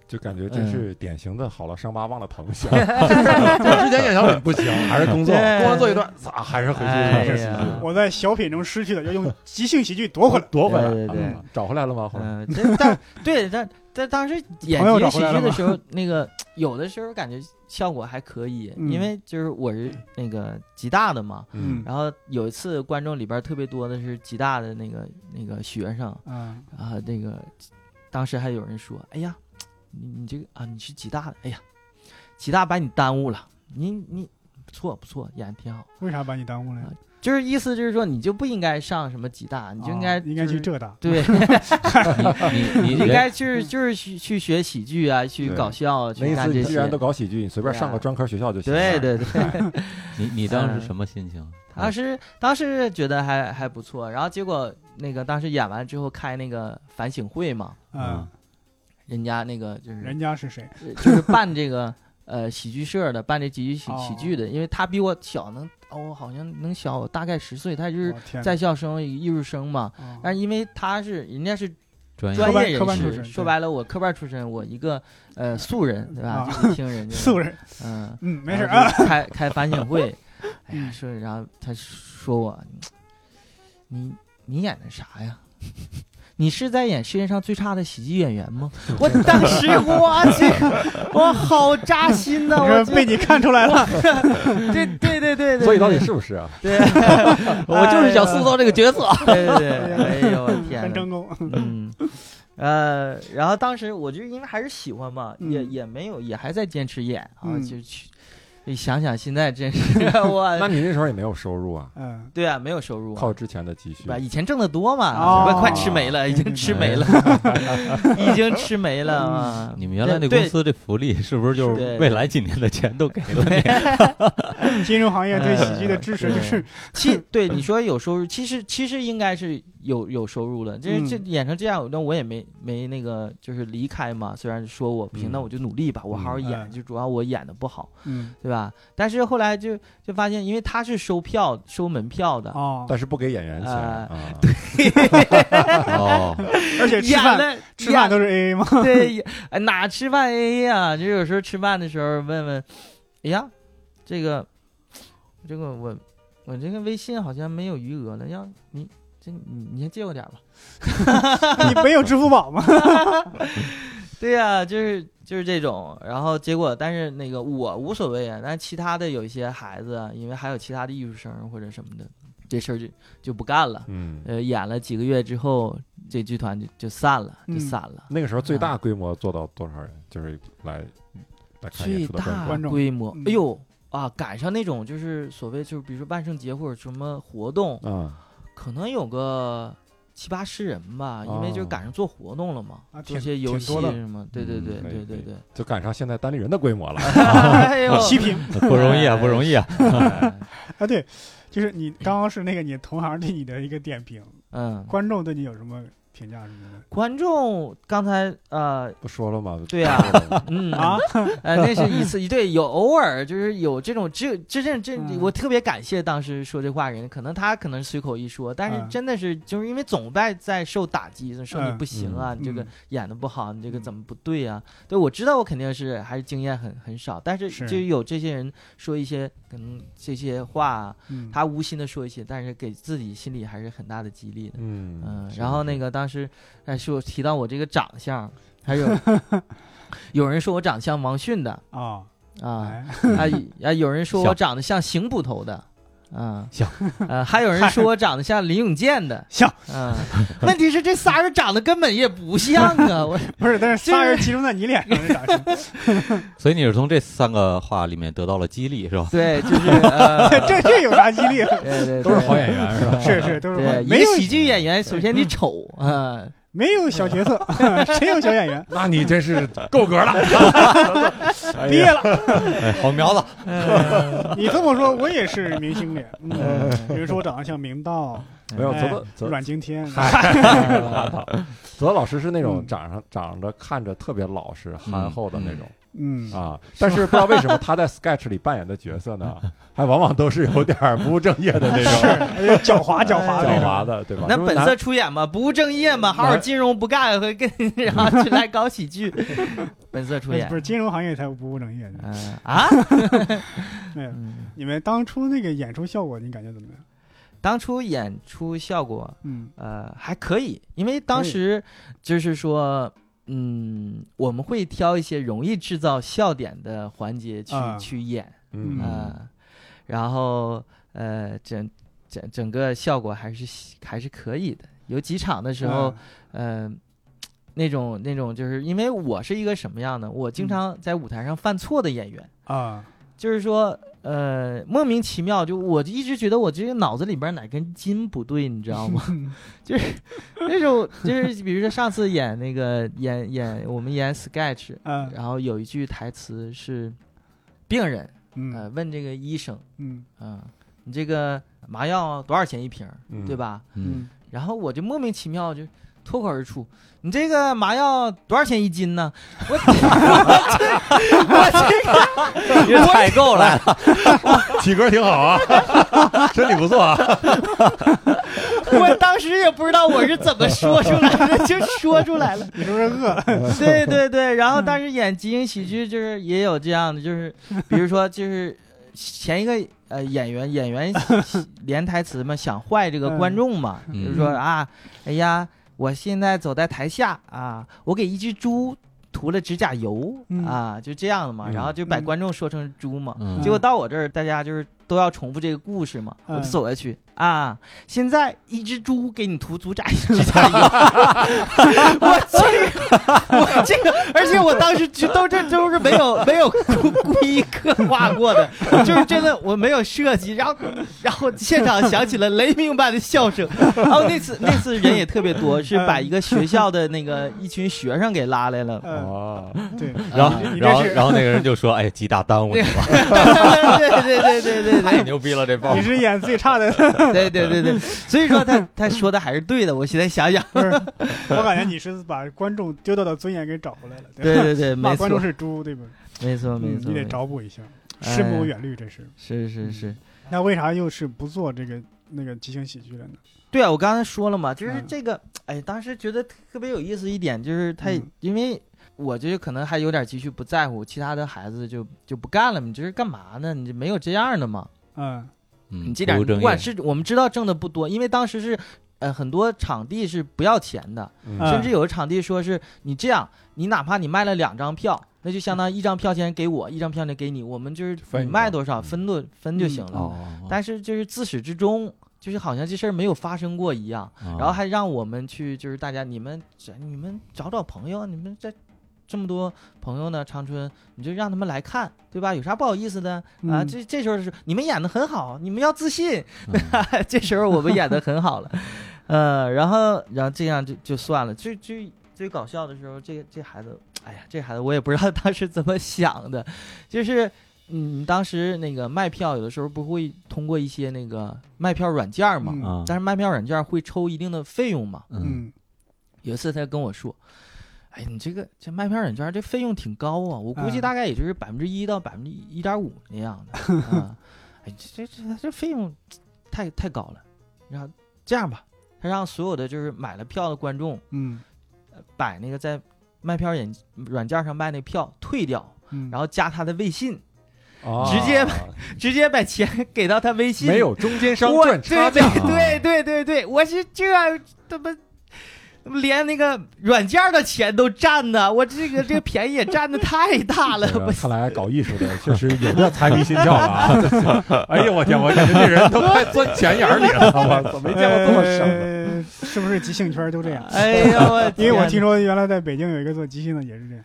[SPEAKER 2] 就感觉真是典型的好了伤疤忘了疼型。我之前演小品不行，还是工作，
[SPEAKER 3] 对
[SPEAKER 2] 工完做一段，咋还是回
[SPEAKER 3] 哎
[SPEAKER 2] 去
[SPEAKER 3] 呀
[SPEAKER 1] 我在小品中失去的，要用即兴喜剧夺回来。
[SPEAKER 2] 夺回来，
[SPEAKER 3] 对对对
[SPEAKER 2] 嗯找回来了吗？后来
[SPEAKER 3] 嗯、这但对，但但 当时演
[SPEAKER 1] 朋友
[SPEAKER 3] 即
[SPEAKER 1] 找
[SPEAKER 3] 兴
[SPEAKER 1] 回
[SPEAKER 3] 喜
[SPEAKER 1] 来了
[SPEAKER 3] 剧的
[SPEAKER 1] 吗
[SPEAKER 3] 时候，那个有的时候感觉效果还可以，因
[SPEAKER 1] 嗯
[SPEAKER 3] 为就是我是那个吉大的嘛，
[SPEAKER 1] 嗯
[SPEAKER 3] 然后有一次观众里边儿特别多的是吉大的那个那个学生，
[SPEAKER 1] 啊，
[SPEAKER 3] 啊，那个当时还有人说：“哎呀，你你这个啊，你是吉大的，哎呀，吉大把你耽误了，你你不错不错，演的挺好。
[SPEAKER 1] 为啥把你耽误了呀？
[SPEAKER 3] 就是意思就是说你就不应该上什么吉大，啊你就应该、
[SPEAKER 1] 啊应该
[SPEAKER 3] 就是
[SPEAKER 1] 去浙大，
[SPEAKER 3] 对，
[SPEAKER 4] 你你
[SPEAKER 3] 你
[SPEAKER 4] 你
[SPEAKER 3] 应
[SPEAKER 4] 人
[SPEAKER 3] 该就是就是去去学喜剧啊，去
[SPEAKER 4] 对
[SPEAKER 3] 搞笑啊，
[SPEAKER 2] 那
[SPEAKER 3] 去
[SPEAKER 2] 意
[SPEAKER 3] 干
[SPEAKER 2] 思
[SPEAKER 3] 这
[SPEAKER 2] 你既然
[SPEAKER 3] 些
[SPEAKER 2] 都。搞喜剧，你随便上个专科学校就行了。
[SPEAKER 3] 对对对，
[SPEAKER 4] 你你当
[SPEAKER 3] 嗯
[SPEAKER 4] 时什么心情？
[SPEAKER 3] 当时当时觉得还还不错，然后结果那个当时演完之后开那个反省会嘛，
[SPEAKER 1] 嗯，
[SPEAKER 3] 人家那个就是
[SPEAKER 1] 人家是谁？
[SPEAKER 3] 就是办这个呃喜剧社的，办这喜剧喜
[SPEAKER 1] 哦
[SPEAKER 3] 喜剧的，因为他比我小能哦，好像能小我大概十岁，他就是
[SPEAKER 1] 我天哪，
[SPEAKER 3] 嗯在校生艺术生嘛。
[SPEAKER 1] 哦
[SPEAKER 3] 但是因为他是人家是
[SPEAKER 4] 专
[SPEAKER 3] 专
[SPEAKER 4] 业
[SPEAKER 3] 业
[SPEAKER 1] 科
[SPEAKER 3] 人
[SPEAKER 1] 班出
[SPEAKER 3] 士，
[SPEAKER 1] 身
[SPEAKER 3] 说
[SPEAKER 1] 对
[SPEAKER 3] 白了我科班出身，我一个呃素人对吧？
[SPEAKER 1] 啊
[SPEAKER 3] 就一听人 家
[SPEAKER 1] 素，人，
[SPEAKER 3] 嗯，
[SPEAKER 1] 嗯，没事
[SPEAKER 3] 然
[SPEAKER 1] 啊
[SPEAKER 3] 后， 就开开反省会，哎呀
[SPEAKER 1] 嗯
[SPEAKER 3] 说，然后他说我，你你演的啥呀？ 你是在演世界上最差的喜剧演员吗？我当时我去， 我好扎心呐、我
[SPEAKER 1] 我说被你看出来了，
[SPEAKER 3] 对对对对对，
[SPEAKER 2] 所以到底是不是啊？
[SPEAKER 1] 哎
[SPEAKER 3] 对，
[SPEAKER 4] 我就是想塑造这个角色。
[SPEAKER 3] 对对 对，哎呦我天
[SPEAKER 1] 很
[SPEAKER 3] 呐，
[SPEAKER 1] 成功，
[SPEAKER 3] 嗯， 呃，然后当时我就因为还是喜欢嘛，
[SPEAKER 1] 嗯
[SPEAKER 3] 也也没有，也还在坚持演啊，
[SPEAKER 1] 嗯
[SPEAKER 3] 就去，你想想现在 真是我，
[SPEAKER 2] 那你那时候也没有收入啊，
[SPEAKER 1] 嗯，
[SPEAKER 3] 对啊，没有收入啊，
[SPEAKER 2] 靠之前的积蓄
[SPEAKER 3] 是。吧？以前挣的多
[SPEAKER 1] 哦嗯
[SPEAKER 3] 嘛，快快吃没了，已经吃没 了，已经吃没了啊！
[SPEAKER 1] 嗯
[SPEAKER 4] 你们原来那
[SPEAKER 3] 对
[SPEAKER 4] 公司这福利是不是就
[SPEAKER 3] 对
[SPEAKER 4] 是未来几年的钱都给了你？
[SPEAKER 1] 金融行业对喜剧的支持就是
[SPEAKER 3] 其对你说有收入，其实其实应该是有有收入的。这
[SPEAKER 1] 嗯
[SPEAKER 3] 这演成这样，那我也没没那个就是离开嘛。虽然说我平，
[SPEAKER 2] 嗯
[SPEAKER 3] 那我就努力吧，我好好
[SPEAKER 1] 嗯
[SPEAKER 3] 演，
[SPEAKER 1] 嗯
[SPEAKER 3] 就主要我演的不好，
[SPEAKER 1] 嗯
[SPEAKER 3] 对吧？但是后来就就发现，因为他是收票收门票的，
[SPEAKER 1] 哦，
[SPEAKER 2] 但是不给演员钱
[SPEAKER 3] 呃
[SPEAKER 2] 啊，
[SPEAKER 4] 哦，
[SPEAKER 1] 而且吃
[SPEAKER 3] 演
[SPEAKER 1] 饭
[SPEAKER 3] 了
[SPEAKER 1] 吃饭
[SPEAKER 3] 演
[SPEAKER 1] 都是 A A 吗？
[SPEAKER 3] 对，哎哪吃饭 AA 啊？就有时候吃饭的时候问问，哎呀，这个，这个我我这个微信好像没有余额了，要你这你你先借我点儿吧。
[SPEAKER 1] 你没有支付宝吗？
[SPEAKER 3] 对呀、就是就是这种，然后结果但是那个我无所谓啊，但是其他的有一些孩子啊，因为还有其他的艺术生或者什么的，这事儿就就不干了。
[SPEAKER 2] 嗯，
[SPEAKER 3] 呃，演了几个月之后，这剧团就就散了，就
[SPEAKER 1] 嗯
[SPEAKER 3] 散了。
[SPEAKER 2] 那个时候最大规模做到多少人？就是来来看演
[SPEAKER 3] 最
[SPEAKER 2] 出的观
[SPEAKER 3] 大
[SPEAKER 2] 众
[SPEAKER 1] 众
[SPEAKER 3] 规模
[SPEAKER 1] 嗯，
[SPEAKER 3] 哎呦啊，赶上那种就是所谓就是比如说万圣节或者什么活动，
[SPEAKER 2] 啊，
[SPEAKER 3] 可能有个七八十人吧，因为就是赶上做活动了嘛
[SPEAKER 1] 啊，
[SPEAKER 3] 做
[SPEAKER 1] 挺
[SPEAKER 3] 些游戏
[SPEAKER 1] 挺多的
[SPEAKER 3] 什么，对对对
[SPEAKER 2] 哦嗯可以
[SPEAKER 3] 对对
[SPEAKER 2] 可
[SPEAKER 3] 对，
[SPEAKER 2] 就赶上现在单立人的规模了。
[SPEAKER 3] 哎呦，
[SPEAKER 1] 齐平
[SPEAKER 4] 不容易啊，不容易啊！
[SPEAKER 1] 啊，对，就是你刚刚是那个你同行对你的一个点评，
[SPEAKER 3] 嗯，
[SPEAKER 1] 观众对你有什么评价什么
[SPEAKER 3] 观众刚才呃
[SPEAKER 2] 不说了吗？
[SPEAKER 3] 对 呀 嗯
[SPEAKER 1] 的啊？
[SPEAKER 3] 呃，那是一次一对，有偶尔就是有这种，只有真正这
[SPEAKER 1] 嗯，
[SPEAKER 3] 我特别感谢当时说这话人，可能他可能随口一说，但是
[SPEAKER 1] 嗯
[SPEAKER 3] 真的是就是因为总在在受打击，说你
[SPEAKER 1] 嗯
[SPEAKER 3] 不行啊，你这个
[SPEAKER 1] 嗯
[SPEAKER 3] 演的不好，你这个
[SPEAKER 1] 嗯
[SPEAKER 3] 怎么不对啊？对，我知道我肯定是还是经验很很少，但是
[SPEAKER 1] 是
[SPEAKER 3] 就有这些人说一些可能这些话，
[SPEAKER 1] 嗯，
[SPEAKER 3] 他无心的说一些，但是给自己心里还是很大的激励的。
[SPEAKER 2] 嗯
[SPEAKER 3] 嗯，然后那个当时，哎，说提到我这个长相，还 有有人说我长相王迅的
[SPEAKER 1] 啊，
[SPEAKER 3] 啊，
[SPEAKER 1] 哎
[SPEAKER 3] 啊啊，有人说
[SPEAKER 4] 像
[SPEAKER 3] 我长得像邢捕头的。啊，
[SPEAKER 4] 像
[SPEAKER 3] 呃，还有人说我长得像林永健的，
[SPEAKER 1] 像，
[SPEAKER 3] 嗯，问题是这仨人长得根本也不像啊，我
[SPEAKER 1] 不是，但是仨人集中在你脸上是咋说？
[SPEAKER 4] 所以你是从这三个话里面得到了激励，是吧？
[SPEAKER 3] 对，就是呃，
[SPEAKER 1] 这这有啥激励？啊
[SPEAKER 3] 对对，
[SPEAKER 2] 都是好
[SPEAKER 3] 对
[SPEAKER 2] 演 员是吧？
[SPEAKER 1] 是是，都是
[SPEAKER 3] 对，一
[SPEAKER 1] 没有
[SPEAKER 3] 个喜剧演员，首先你丑，嗯，
[SPEAKER 1] 没有小角色，谁有小演员？
[SPEAKER 2] 那你真是
[SPEAKER 3] 嗯
[SPEAKER 2] 够格了，
[SPEAKER 1] 毕业了，
[SPEAKER 4] 哎，好苗子，
[SPEAKER 1] 你这么说，我也是明星脸。嗯，比如说我长得像明道、
[SPEAKER 2] 没有，
[SPEAKER 1] 哎
[SPEAKER 2] 泽泽泽
[SPEAKER 1] 阮经天，
[SPEAKER 2] 拉倒。泽老师是那种
[SPEAKER 1] 嗯
[SPEAKER 2] 长上长着看着特别老实、憨厚的那种
[SPEAKER 1] 嗯，
[SPEAKER 2] 啊，但是不知道为什么他在 Sketch 里扮演的角色 呢，还往往都是有点儿不务正业的那种
[SPEAKER 1] 哎狡猾狡猾
[SPEAKER 2] 狡
[SPEAKER 1] 那种，
[SPEAKER 2] 猾的，对吧？
[SPEAKER 3] 那
[SPEAKER 2] 因为
[SPEAKER 3] 本
[SPEAKER 2] 男
[SPEAKER 3] 色出演嘛，不务正业嘛，好好金融不干，和跟然后就来搞喜剧， 本色出演
[SPEAKER 1] 不是金融行业才不务正业呢。
[SPEAKER 3] 嗯啊，
[SPEAKER 1] 没有，
[SPEAKER 3] 嗯
[SPEAKER 1] 你们当初那个演出效果，你感觉怎么样？
[SPEAKER 3] 当初演出效果
[SPEAKER 1] 嗯
[SPEAKER 3] 呃还可以，因为当
[SPEAKER 1] 可以
[SPEAKER 3] 时就是说。嗯，我们会挑一些容易制造笑点的环节去、
[SPEAKER 1] 啊
[SPEAKER 3] 去演，
[SPEAKER 2] 嗯
[SPEAKER 3] 嗯，
[SPEAKER 2] 嗯
[SPEAKER 3] 然后呃，整整整个效果还是还是可以的。有几场的时
[SPEAKER 1] 啊
[SPEAKER 3] 候，呃，那种那种就是因
[SPEAKER 1] 嗯
[SPEAKER 3] 为我是一个什么样的，我经常在舞台上犯错的演员，
[SPEAKER 1] 啊，
[SPEAKER 3] 就是说呃，莫名其妙，就我一直觉得我这个脑子里边哪根筋不对，你知道吗？就是那种，就是比如说上次演那个演演我们演 sketch，
[SPEAKER 1] 嗯
[SPEAKER 3] 然后有一句台词是，病人呃
[SPEAKER 1] 嗯
[SPEAKER 3] 问这个医生，
[SPEAKER 1] 嗯
[SPEAKER 3] 嗯、你这个麻药多少钱一瓶儿，
[SPEAKER 2] 嗯
[SPEAKER 3] 对吧？
[SPEAKER 4] 嗯，
[SPEAKER 3] 然后我就莫名其妙就脱口而出：“你这个麻药多少钱一斤呢？”我我
[SPEAKER 4] 你这采购来了，
[SPEAKER 2] 体格挺好啊，身体不错啊，
[SPEAKER 3] 这个 我当时也不知道我是怎么说出来的，就说出来 了。
[SPEAKER 1] 你是不是饿了？
[SPEAKER 3] 对对对，然后当时演即兴喜剧就是也有这样的，就是比如说就是前一个呃演员演员呃连台词嘛，想坏这个观众嘛，
[SPEAKER 4] 嗯
[SPEAKER 3] 就是说啊，哎呀，我现在走在台下啊，我给一只猪涂了指甲油、
[SPEAKER 1] 嗯
[SPEAKER 3] 啊，就这样的嘛，
[SPEAKER 2] 嗯
[SPEAKER 3] 然后就把
[SPEAKER 1] 嗯
[SPEAKER 3] 观众说成猪嘛，
[SPEAKER 4] 嗯
[SPEAKER 3] 结果到我这儿，大家就是都要重复这个故事嘛，
[SPEAKER 1] 嗯
[SPEAKER 3] 我就走下去啊。现在一只猪给你涂足甲 指甲油，我这个，我这个，而且我当时就都这都是没有没有故故意刻画过 的，就是真的我没有设计，然后然后现场响起了雷鸣般的笑声。然后那次那次人也特别多，
[SPEAKER 1] 嗯
[SPEAKER 3] 是把一个学校的那个一群学生给拉来了，
[SPEAKER 1] 嗯，
[SPEAKER 2] 哦，
[SPEAKER 1] 对，
[SPEAKER 4] 然后
[SPEAKER 1] 你这
[SPEAKER 4] 然后
[SPEAKER 1] 是
[SPEAKER 4] 然后那个人就说：“哎，极大耽误你了，
[SPEAKER 3] 对对对对对对
[SPEAKER 4] 太。哎牛逼了，这包
[SPEAKER 1] 你是演最差的，
[SPEAKER 3] 对对对 对，所以说他他说的还是对的。我现在想想，
[SPEAKER 1] 不是？我感觉你是把观众丢掉的尊严给找回来了。吧
[SPEAKER 3] 对 对对，
[SPEAKER 1] 骂
[SPEAKER 3] 没
[SPEAKER 1] 观
[SPEAKER 3] 错，
[SPEAKER 1] 众是猪，对吧？
[SPEAKER 3] 没错，没
[SPEAKER 1] 嗯，
[SPEAKER 3] 错，
[SPEAKER 1] 你得
[SPEAKER 3] 没错
[SPEAKER 1] 找补嗯一下，
[SPEAKER 3] 哎
[SPEAKER 1] 深谋远虑，这是。
[SPEAKER 3] 是是是，
[SPEAKER 1] 那为啥又是不做这个那个即兴喜剧了呢？
[SPEAKER 3] 对啊，我刚才说了嘛，就是
[SPEAKER 1] 嗯
[SPEAKER 3] 这个，哎，当时觉得特别有意思一点，就是他
[SPEAKER 1] 嗯
[SPEAKER 3] 因为。我就是可能还有点积蓄不在乎，其他的孩子就就不干了。你这是干嘛呢？你这没有这样的嘛？
[SPEAKER 1] 嗯
[SPEAKER 4] 嗯
[SPEAKER 3] 你这
[SPEAKER 4] 不
[SPEAKER 3] 点
[SPEAKER 4] 务正
[SPEAKER 3] 不管
[SPEAKER 4] 业，
[SPEAKER 3] 是我们知道挣的不多，因为当时是呃很多场地是不要钱的，
[SPEAKER 1] 嗯
[SPEAKER 3] 甚至有的场地说是你这样，你哪怕你卖了两张票，那就相当于一张票钱给我，一张票钱给你，我们就是
[SPEAKER 2] 分
[SPEAKER 3] 你
[SPEAKER 2] 一
[SPEAKER 3] 卖
[SPEAKER 2] 张嗯
[SPEAKER 3] 多少分多分就行了。
[SPEAKER 4] 哦，
[SPEAKER 3] 嗯但是就是自始至终，就是好像这事儿没有发生过一样，
[SPEAKER 2] 嗯
[SPEAKER 4] 然
[SPEAKER 3] 然后还让我们去就是大家你们你们找找朋友，你们这这么多朋友呢，长春你就让他们来看，对吧？有啥不好意思的啊？
[SPEAKER 1] 嗯
[SPEAKER 3] 这这时候是你们演的很好，你们要自信，
[SPEAKER 1] 嗯
[SPEAKER 3] 这时候我们演的很好了，呃，然后然后这样就就算了。最最最搞笑的时候，这个这孩子，哎呀，这孩子我也不知道 当时怎么想的，就是嗯，当时那个卖票有的时候不会通过一些那个卖票软件嘛，
[SPEAKER 1] 嗯
[SPEAKER 4] 啊，
[SPEAKER 3] 但是卖票软件会抽一定的费用嘛。
[SPEAKER 4] 嗯
[SPEAKER 3] 有一次他跟我说。哎，你这个这卖票软件这费用挺高啊，我估计
[SPEAKER 1] 嗯
[SPEAKER 3] 大概也就是百分之一到百分之一点五那样的啊。哎，这这这这费用太太高了。然后这样吧，他让所有的就是买了票的观众
[SPEAKER 1] 嗯
[SPEAKER 3] 把那个在卖票软软件上卖那票退掉，
[SPEAKER 1] 嗯，
[SPEAKER 3] 然后加他的微信，
[SPEAKER 2] 哦
[SPEAKER 3] 直接直接把钱 给到他微信里。
[SPEAKER 2] 没有中间商
[SPEAKER 3] 我
[SPEAKER 2] 赚差价，啊
[SPEAKER 3] 对对对对对，我是这他妈。连那个软件的钱都占呢，我这个这个便宜也占的太大了，我
[SPEAKER 2] 看来搞艺术的确实有点财迷心窍了 啊！哎呀，我天，我感觉这人都快钻钱眼儿里
[SPEAKER 3] 哎
[SPEAKER 2] 了，我我没见过这么省的。
[SPEAKER 1] 呃是不是即兴圈都这样？
[SPEAKER 3] 哎呀，我
[SPEAKER 1] 因为我
[SPEAKER 3] 天
[SPEAKER 1] 听说原来在北京有一个做即兴的也是这样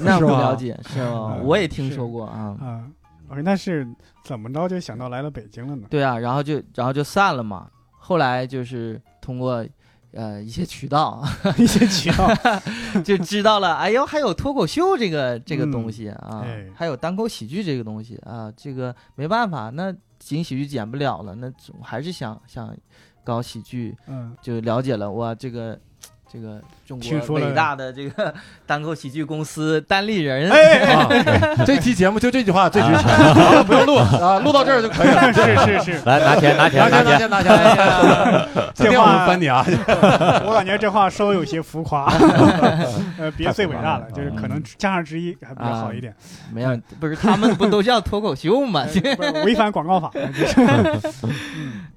[SPEAKER 3] 那
[SPEAKER 2] 是
[SPEAKER 3] 不
[SPEAKER 2] 吧
[SPEAKER 3] 了解是吗？
[SPEAKER 1] 嗯
[SPEAKER 3] 我也听说过啊。
[SPEAKER 1] 啊。我说那是怎么着就想到来了北京了 呢？
[SPEAKER 3] 对啊，然后就然后就散了嘛。后来就是通过呃一些渠道
[SPEAKER 1] 一些渠道，
[SPEAKER 3] 就知道了，哎呦，还有脱口秀这个这个
[SPEAKER 1] 嗯
[SPEAKER 3] 东西啊，
[SPEAKER 1] 哎
[SPEAKER 3] 还有单口喜剧这个东西啊，这个没办法，那仅喜剧剪不了了，那总还是想想搞喜剧，
[SPEAKER 1] 嗯
[SPEAKER 3] 就了解了哇，这个。这个中
[SPEAKER 1] 听
[SPEAKER 3] 国
[SPEAKER 1] 说了
[SPEAKER 3] 伟大的这个 单口喜剧公司单立人，
[SPEAKER 1] 哎
[SPEAKER 2] 啊，这期节目就这句话最值钱，啊不用 录啊，录到这儿就可以了。
[SPEAKER 1] 是是是，
[SPEAKER 4] 来拿钱拿
[SPEAKER 2] 拿
[SPEAKER 4] 钱
[SPEAKER 2] 钱拿
[SPEAKER 4] 钱，
[SPEAKER 2] 钱拿
[SPEAKER 3] 哎
[SPEAKER 2] 钱拿钱！今天我们翻你啊！
[SPEAKER 1] 我感觉这话稍有些浮夸， 呃，别最伟大了，就是
[SPEAKER 3] 嗯
[SPEAKER 1] 可能加上之一还比较好一点，
[SPEAKER 3] 没有，不是他们不都叫脱口秀吗？
[SPEAKER 1] 呃不是 违反广告法，就是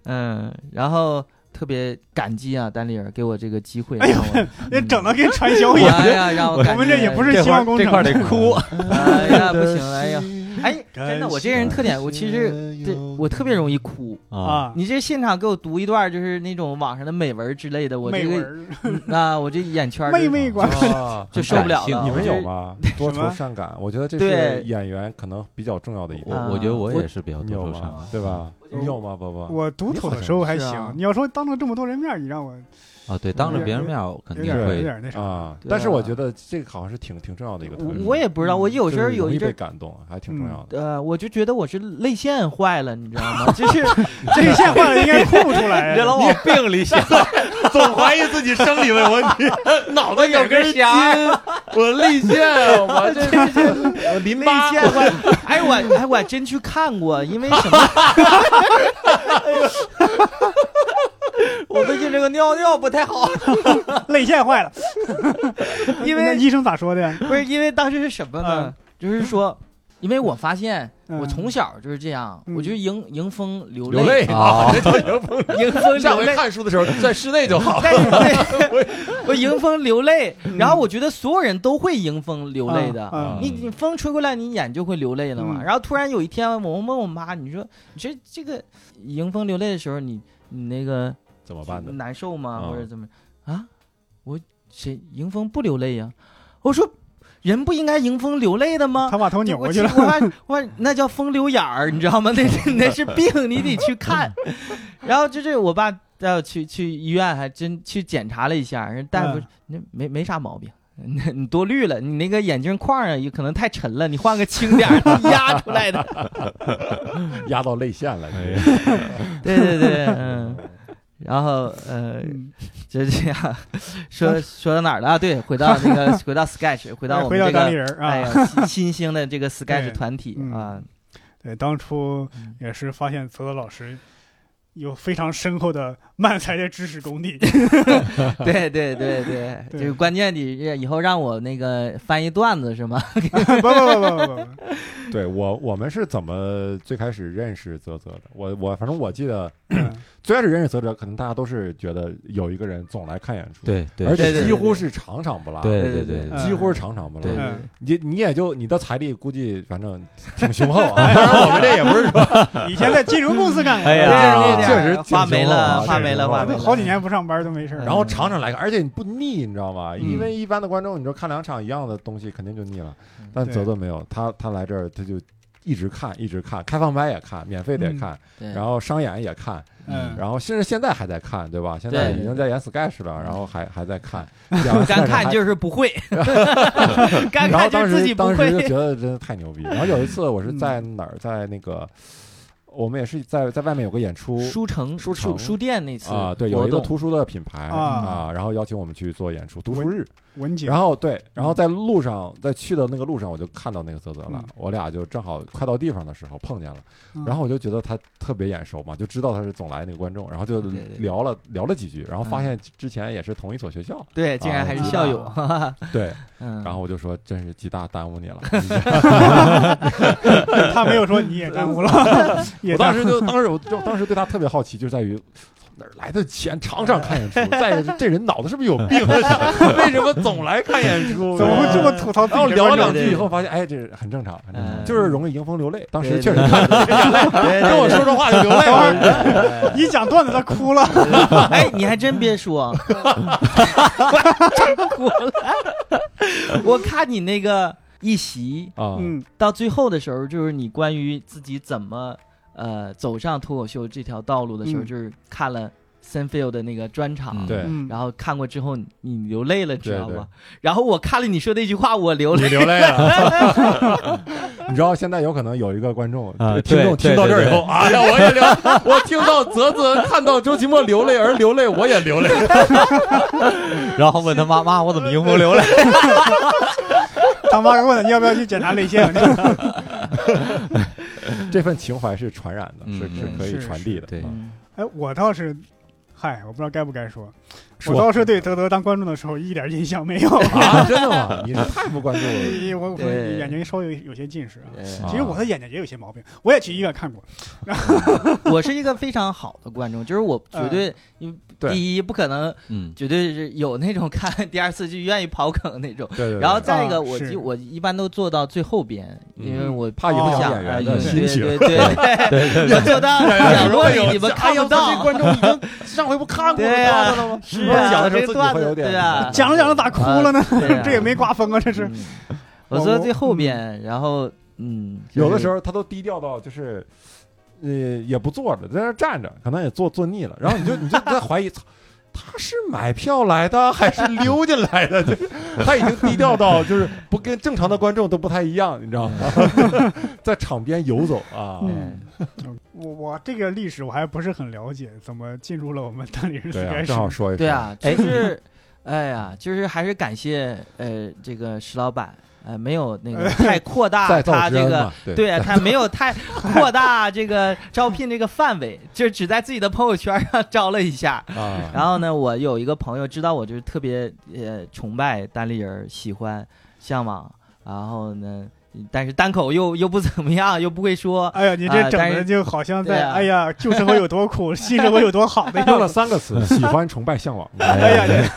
[SPEAKER 3] 嗯，然后特别感激啊，丹立尔给我这个机会，
[SPEAKER 1] 哎呦
[SPEAKER 3] 让我
[SPEAKER 1] 那整的跟传销一样。
[SPEAKER 3] 哎呀，让我
[SPEAKER 1] 我们这也不是
[SPEAKER 4] 这
[SPEAKER 1] 希
[SPEAKER 4] 块
[SPEAKER 1] 望
[SPEAKER 4] 儿
[SPEAKER 1] 工
[SPEAKER 4] 这
[SPEAKER 1] 程，
[SPEAKER 4] 块儿得哭，
[SPEAKER 3] 哎哎呀，不行，哎呀，哎，真的，我这人特点，我其实
[SPEAKER 5] 这
[SPEAKER 2] 哦
[SPEAKER 3] 这我特别容易哭，
[SPEAKER 4] 啊，
[SPEAKER 1] 啊，
[SPEAKER 3] 你这现场给我读一段，就是那种网上的美文之类的，我
[SPEAKER 1] 妹
[SPEAKER 3] 这
[SPEAKER 1] 文
[SPEAKER 3] 个
[SPEAKER 1] 儿、
[SPEAKER 3] 啊，我这眼 圈儿
[SPEAKER 1] 妹
[SPEAKER 3] 就
[SPEAKER 1] 妹关系，
[SPEAKER 2] 啊，
[SPEAKER 3] 就受不了
[SPEAKER 4] 很感
[SPEAKER 3] 了。
[SPEAKER 4] 性
[SPEAKER 2] 你
[SPEAKER 3] 我
[SPEAKER 2] 们
[SPEAKER 3] 这
[SPEAKER 2] 有？吗？多愁善感，我觉得这
[SPEAKER 3] 对
[SPEAKER 2] 是演员可能比较重要的一
[SPEAKER 4] 我
[SPEAKER 2] 个，
[SPEAKER 3] 啊
[SPEAKER 4] 我觉得我
[SPEAKER 2] 我
[SPEAKER 4] 也是比较
[SPEAKER 2] 你有啊
[SPEAKER 4] 多愁善
[SPEAKER 2] 吗
[SPEAKER 4] 感？
[SPEAKER 2] 对吧？
[SPEAKER 3] 我
[SPEAKER 2] 你有吗，波波？
[SPEAKER 1] 我独处的时候还
[SPEAKER 3] 是啊
[SPEAKER 1] 行，你要说当着这么多人面儿，你让我
[SPEAKER 4] 啊，对，当着
[SPEAKER 1] 有
[SPEAKER 4] 别人
[SPEAKER 1] 点
[SPEAKER 4] 面儿我肯
[SPEAKER 1] 有
[SPEAKER 4] 定
[SPEAKER 1] 点
[SPEAKER 2] 对
[SPEAKER 1] 有
[SPEAKER 4] 会
[SPEAKER 1] 点那 啥。
[SPEAKER 2] 啊，
[SPEAKER 3] 对啊
[SPEAKER 2] 但是我觉得这个好像是挺挺重要的一个特
[SPEAKER 3] 我
[SPEAKER 2] 质，
[SPEAKER 3] 我也不知道，我有时候
[SPEAKER 2] 就是
[SPEAKER 3] 有
[SPEAKER 2] 容易
[SPEAKER 3] 一阵
[SPEAKER 2] 被
[SPEAKER 3] 儿。
[SPEAKER 2] 感动，还挺重要的。
[SPEAKER 3] 呃，我就觉得我是泪腺坏了，你知道吗？就是，
[SPEAKER 1] 这线画的应该哭不出来
[SPEAKER 3] 这老往
[SPEAKER 4] 病里想，
[SPEAKER 2] 总怀疑自己生理问 题，
[SPEAKER 3] 脑袋有根弦儿，
[SPEAKER 2] 我 泪腺，我这
[SPEAKER 3] 我淋巴腺坏。哎，我哎我还真去看过，因为什么？ 我最近这个尿尿不太好，
[SPEAKER 1] 泪腺坏了。
[SPEAKER 3] 因
[SPEAKER 1] 那
[SPEAKER 3] 为
[SPEAKER 1] 医生咋说的呀？
[SPEAKER 3] 不是因为当时是什么呢？就是说，因为我发现
[SPEAKER 1] 嗯
[SPEAKER 3] 我从小就是这样，
[SPEAKER 1] 嗯
[SPEAKER 3] 我就迎迎风流
[SPEAKER 2] 流泪
[SPEAKER 4] 啊，
[SPEAKER 3] 迎风
[SPEAKER 2] 下
[SPEAKER 3] 流
[SPEAKER 2] 回
[SPEAKER 3] 泪。
[SPEAKER 2] 看书的时候在室内就好。
[SPEAKER 3] 但是 对我迎风流泪，
[SPEAKER 1] 嗯
[SPEAKER 3] 然后我觉得所有人都会迎风流泪的。
[SPEAKER 1] 啊
[SPEAKER 3] 你你风吹过来，你眼就会流泪了嘛。
[SPEAKER 1] 嗯
[SPEAKER 3] 然后突然有一天，我问我妈，你说你这这个迎风流泪的时候，你你那个
[SPEAKER 2] 怎么办呢？
[SPEAKER 3] 难受吗？
[SPEAKER 2] 啊
[SPEAKER 3] 或者怎么啊？我谁迎风不流泪呀、我说人不应该迎风流泪的吗？
[SPEAKER 1] 他把头
[SPEAKER 3] 我
[SPEAKER 1] 扭过去了
[SPEAKER 3] 我。发我发那叫风流眼儿，你知道吗？那是那是病，你得去看。然后就是我爸带我去去医院，还真去检查了一下，人大夫
[SPEAKER 1] 嗯
[SPEAKER 3] 那、没没啥毛病。 你你多虑了，你那个眼镜框啊，也可能太沉了，你换个轻点儿 压出来的。
[SPEAKER 2] 压到泪腺了，
[SPEAKER 4] 哎
[SPEAKER 2] 这
[SPEAKER 3] 对对对， 嗯。然后呃，
[SPEAKER 1] 嗯
[SPEAKER 3] 就这样， 说说到哪儿了？啊对，回到那个，回到 Sketch，回到我们
[SPEAKER 1] 回
[SPEAKER 3] 这
[SPEAKER 1] 到当地
[SPEAKER 3] 个
[SPEAKER 1] 人儿
[SPEAKER 3] 哎
[SPEAKER 1] 啊，
[SPEAKER 3] 呀新新兴的这个 Sketch
[SPEAKER 1] 对
[SPEAKER 3] 团体
[SPEAKER 1] 嗯
[SPEAKER 3] 啊，
[SPEAKER 1] 对，当初
[SPEAKER 3] 嗯
[SPEAKER 1] 也是发现泽泽老师有非常深厚的漫才的知识功底。
[SPEAKER 3] 对对对对，
[SPEAKER 1] 对
[SPEAKER 3] 就是关键你以后让我那个翻译段子是吗？
[SPEAKER 1] 不不不不不不，
[SPEAKER 2] 对我我们是怎么最开始认识泽泽的？我我反正我记得
[SPEAKER 1] 嗯
[SPEAKER 2] 最开始认识泽泽，可能大家都是觉得有一个人总来看演出，，
[SPEAKER 4] 对对
[SPEAKER 2] 而
[SPEAKER 3] 对
[SPEAKER 2] 且
[SPEAKER 3] 对
[SPEAKER 2] 几乎是场场不落，
[SPEAKER 4] 对
[SPEAKER 3] 对
[SPEAKER 4] 对
[SPEAKER 3] 对
[SPEAKER 4] 对
[SPEAKER 1] 对
[SPEAKER 2] 几乎是场场不落
[SPEAKER 4] 对。
[SPEAKER 1] 嗯
[SPEAKER 2] 你你也就你的财力估计反正挺雄厚啊，当 然我们这也不是说
[SPEAKER 1] 以前在金融公司干过，
[SPEAKER 4] 哎呀
[SPEAKER 3] 对对对
[SPEAKER 2] 确实挺
[SPEAKER 3] 话没
[SPEAKER 2] 雄厚啊
[SPEAKER 3] 了，话
[SPEAKER 2] 这
[SPEAKER 3] 没了，
[SPEAKER 2] 种
[SPEAKER 3] 话没
[SPEAKER 1] 我
[SPEAKER 3] 了。
[SPEAKER 1] 好几年不上班都没事儿。
[SPEAKER 2] 然后场场来看，而且你不腻，你知道吗？
[SPEAKER 3] 嗯
[SPEAKER 2] 因为一般的观众，你说看两场一样的东西，肯定就腻了
[SPEAKER 3] 嗯。
[SPEAKER 2] 但
[SPEAKER 1] 对
[SPEAKER 2] 泽泽没有，他他来这儿他就一直看，一直看，开放麦也看，免费
[SPEAKER 3] 嗯
[SPEAKER 2] 的也看，
[SPEAKER 3] 对
[SPEAKER 2] 然后商演也看，
[SPEAKER 1] 嗯，
[SPEAKER 2] 然后甚至现在还在看，对吧？现在
[SPEAKER 3] 对
[SPEAKER 2] 已经在演 sketch 了，然后还还在看，
[SPEAKER 3] 干看
[SPEAKER 2] 是。
[SPEAKER 3] 就是 不会，干
[SPEAKER 2] 然后
[SPEAKER 3] 看就
[SPEAKER 2] 当
[SPEAKER 3] 是自己
[SPEAKER 2] 时
[SPEAKER 3] 不
[SPEAKER 2] 当时就
[SPEAKER 3] 会嗯
[SPEAKER 2] 觉得真的太牛逼。然后有一次我是在哪儿，在那个我们也是在在外面有个演出，
[SPEAKER 3] 书城
[SPEAKER 2] 书
[SPEAKER 3] 书
[SPEAKER 2] 城
[SPEAKER 3] 书店那次
[SPEAKER 2] 啊，对，有
[SPEAKER 3] 活
[SPEAKER 2] 一个
[SPEAKER 3] 动，
[SPEAKER 2] 图书的品牌
[SPEAKER 1] 啊
[SPEAKER 2] 啊，然后邀请我们去做演出，读书日。
[SPEAKER 1] 文景
[SPEAKER 2] 然后对，然后在路上，在去的那个路上，我就看到那个泽泽了
[SPEAKER 1] 嗯。
[SPEAKER 2] 我俩就正好快到地方的时候碰见了
[SPEAKER 1] 嗯，
[SPEAKER 2] 然后我就觉得他特别眼熟嘛，就知道他是总来那个观众，然后就
[SPEAKER 3] 对对对
[SPEAKER 2] 聊了聊了几句，然后发现之前也是同一所学校，
[SPEAKER 3] 对，竟然还
[SPEAKER 1] 嗯
[SPEAKER 3] 是校 友，哈哈
[SPEAKER 2] 对，
[SPEAKER 3] 嗯，
[SPEAKER 2] 啊然后我就说真是极大耽误你 了。
[SPEAKER 1] 他没有说你也耽误了，也
[SPEAKER 2] 我
[SPEAKER 1] 耽误
[SPEAKER 2] 当 时就当时我就当时对他特别好奇，就在于。哪儿来的钱常常看演出？再一个这人脑子是不是有病？啊 为什么总来看演 出？
[SPEAKER 1] 怎么会这么吐槽自
[SPEAKER 2] 然后
[SPEAKER 1] 己的
[SPEAKER 2] 聊了
[SPEAKER 1] 观
[SPEAKER 2] 两
[SPEAKER 1] 众？
[SPEAKER 2] 句以 后，发现哎，这很正常，很正常，
[SPEAKER 3] 嗯
[SPEAKER 2] 就是容易迎风流泪。当时
[SPEAKER 3] 对
[SPEAKER 2] 确实
[SPEAKER 3] 对
[SPEAKER 2] 看着眼泪，
[SPEAKER 3] 对
[SPEAKER 2] 跟我说说话就流泪 了。
[SPEAKER 3] 对
[SPEAKER 1] 一讲段子他哭了，
[SPEAKER 3] 哎，你还真别说，我 我看你那个一席
[SPEAKER 2] 啊，
[SPEAKER 1] 嗯，
[SPEAKER 3] 到最后的时候，就是你关于自己怎么呃走上脱口秀这条道路的时候，
[SPEAKER 1] 嗯
[SPEAKER 3] 就是看了 Senfield 的那个专场。
[SPEAKER 4] 嗯
[SPEAKER 2] 对
[SPEAKER 1] 嗯，
[SPEAKER 3] 然后看过之后，你你流泪了，知道
[SPEAKER 2] 对对
[SPEAKER 3] 吗？然后我看了你说那句话，我流
[SPEAKER 2] 你
[SPEAKER 3] 泪。
[SPEAKER 2] 流泪了。 你知道现在有可能有一个观众
[SPEAKER 4] 啊
[SPEAKER 2] 这个听众
[SPEAKER 4] 对
[SPEAKER 2] 听到这
[SPEAKER 4] 对
[SPEAKER 2] 儿
[SPEAKER 4] 对
[SPEAKER 2] 以后，哎呀，我也流，我听到泽泽看到周奇墨流泪而流泪，我也流泪。
[SPEAKER 4] 然后问他妈妈，我怎么迎风流 泪？
[SPEAKER 1] 他妈问了你要不要去检查泪腺，
[SPEAKER 2] 这份情怀是传染的，
[SPEAKER 4] 嗯
[SPEAKER 2] 是是
[SPEAKER 4] 嗯
[SPEAKER 2] 可以
[SPEAKER 1] 是
[SPEAKER 2] 传递的。
[SPEAKER 4] 对
[SPEAKER 2] 嗯
[SPEAKER 3] 嗯
[SPEAKER 1] 哎，我倒是，嗨，我不知道该不该说，我
[SPEAKER 2] 说
[SPEAKER 1] 倒是对德德当观众的时候一点印象没有，
[SPEAKER 2] 啊，真的吗？你是太不关注了。
[SPEAKER 1] 我我
[SPEAKER 3] 对
[SPEAKER 1] 眼睛稍微有有些近视啊。
[SPEAKER 3] 对
[SPEAKER 1] 其实我的眼睛也有些毛病，我也去医院看过。
[SPEAKER 3] 我是一个非常好的观众，就是我绝对，因为
[SPEAKER 2] 嗯对
[SPEAKER 3] 第一不可能，
[SPEAKER 4] 嗯，
[SPEAKER 3] 绝对是有那种看 第二次就愿意刨坑那种。
[SPEAKER 2] 对对对，
[SPEAKER 3] 然后再一
[SPEAKER 1] 啊
[SPEAKER 3] 个，我
[SPEAKER 1] 是
[SPEAKER 3] 就我一般都坐到最后边，
[SPEAKER 2] 嗯
[SPEAKER 3] 因为我
[SPEAKER 2] 怕影
[SPEAKER 3] 不
[SPEAKER 2] 响
[SPEAKER 3] 想
[SPEAKER 2] 演
[SPEAKER 3] 哎
[SPEAKER 2] 员
[SPEAKER 3] 对
[SPEAKER 2] 的心情。
[SPEAKER 3] 对对 对对 对，我坐到
[SPEAKER 1] 哎
[SPEAKER 3] 角落里，你们看不到。
[SPEAKER 2] 观众已经上回不看
[SPEAKER 3] 过对啊段子
[SPEAKER 2] 了吗？
[SPEAKER 3] 是啊
[SPEAKER 2] 讲的时候
[SPEAKER 3] 这
[SPEAKER 2] 自己
[SPEAKER 3] 段
[SPEAKER 2] 会
[SPEAKER 3] 子
[SPEAKER 2] 有点
[SPEAKER 3] 对啊
[SPEAKER 1] 讲着讲着咋哭了呢？
[SPEAKER 3] 对 啊
[SPEAKER 1] 这也没刮风啊，这是。
[SPEAKER 3] 嗯我坐最后边，然后嗯，就是
[SPEAKER 2] 有的时候他都低调到就是。呃，也不坐着，在那儿站着，可能也坐坐腻了，然后你就你就在怀疑， 操他是买票来的还是溜进来的？ 就是他已经低调到就是不跟正常的观众都不太一样，你知道吗？ 在场边游走啊，
[SPEAKER 1] 嗯 我我这个历史我还不是很了解，怎么进入了我们单立人
[SPEAKER 2] 对
[SPEAKER 1] 最
[SPEAKER 2] 啊，
[SPEAKER 1] 开始
[SPEAKER 2] 正？好说一说，
[SPEAKER 3] 对，啊，就是， 哎呀，就是还是感谢呃这个石老板，呃没有 那个太扩大
[SPEAKER 2] 再造
[SPEAKER 3] 他
[SPEAKER 2] 之
[SPEAKER 3] 这
[SPEAKER 2] 恩
[SPEAKER 3] 个
[SPEAKER 2] 嘛，，对
[SPEAKER 3] 对啊，他没有太扩大这个招聘这个范围，就只在自己的朋友圈上招了一下。
[SPEAKER 2] 啊，
[SPEAKER 3] 然后呢，我有一个朋友知道我就是特别呃崇拜单立人儿，喜欢向往，然后呢，但是单口又又不怎么样，又不会说，
[SPEAKER 1] 哎呀，你这
[SPEAKER 3] 啊
[SPEAKER 1] 整
[SPEAKER 3] 但
[SPEAKER 1] 的
[SPEAKER 3] 是
[SPEAKER 1] 就好像
[SPEAKER 3] 对
[SPEAKER 1] 在
[SPEAKER 3] 啊
[SPEAKER 1] 哎呀，旧生活有多苦，新生活有多好的
[SPEAKER 2] 用
[SPEAKER 1] 样
[SPEAKER 2] 了
[SPEAKER 1] 子。
[SPEAKER 2] 三个词：喜欢、崇拜、向 往。
[SPEAKER 1] 哎
[SPEAKER 2] 嗯
[SPEAKER 1] 呀，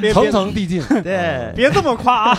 [SPEAKER 1] 别
[SPEAKER 2] 层
[SPEAKER 1] 别
[SPEAKER 2] 层递进。
[SPEAKER 3] 对
[SPEAKER 2] 嗯
[SPEAKER 1] 别这么夸啊！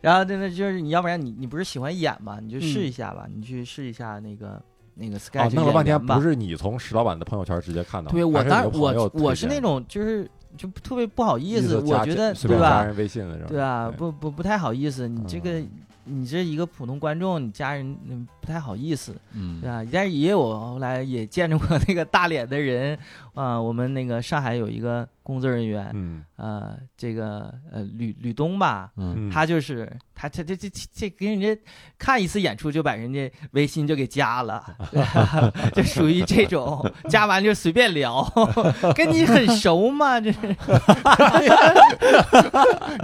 [SPEAKER 3] 然后真的就是你要不然你你不是喜欢演嘛，你就试一下吧，你去试一下那个那个 sketch、
[SPEAKER 2] 啊，弄了半天不
[SPEAKER 3] 是，
[SPEAKER 2] 是你从石老板的朋友圈直接看到，
[SPEAKER 3] 对我
[SPEAKER 2] 还是
[SPEAKER 3] 当
[SPEAKER 2] 有朋友
[SPEAKER 3] 我
[SPEAKER 2] 推荐
[SPEAKER 3] 我是那种就是就特别不好意
[SPEAKER 2] 意
[SPEAKER 3] 思，
[SPEAKER 2] 思加
[SPEAKER 3] 我觉得
[SPEAKER 2] 随
[SPEAKER 3] 对
[SPEAKER 2] 便加
[SPEAKER 3] 吧？
[SPEAKER 2] 人微信的是吧？哎
[SPEAKER 3] 对啊，不不不太好意思，你这个、
[SPEAKER 2] 嗯
[SPEAKER 3] 你这一个普通观众，你家人嗯不太好意思，
[SPEAKER 4] 嗯
[SPEAKER 3] 对啊，但是也有后来也见着过那个大脸的人啊、我们那个上海有一个工作人员，
[SPEAKER 2] 嗯
[SPEAKER 3] 呃，这个呃吕吕东吧，
[SPEAKER 4] 嗯，
[SPEAKER 2] 嗯，
[SPEAKER 3] 他就是他他这这这这给人家看一次演出就把人家微信就给加了， 就属于这种加完就随便聊， 跟你很熟吗？这是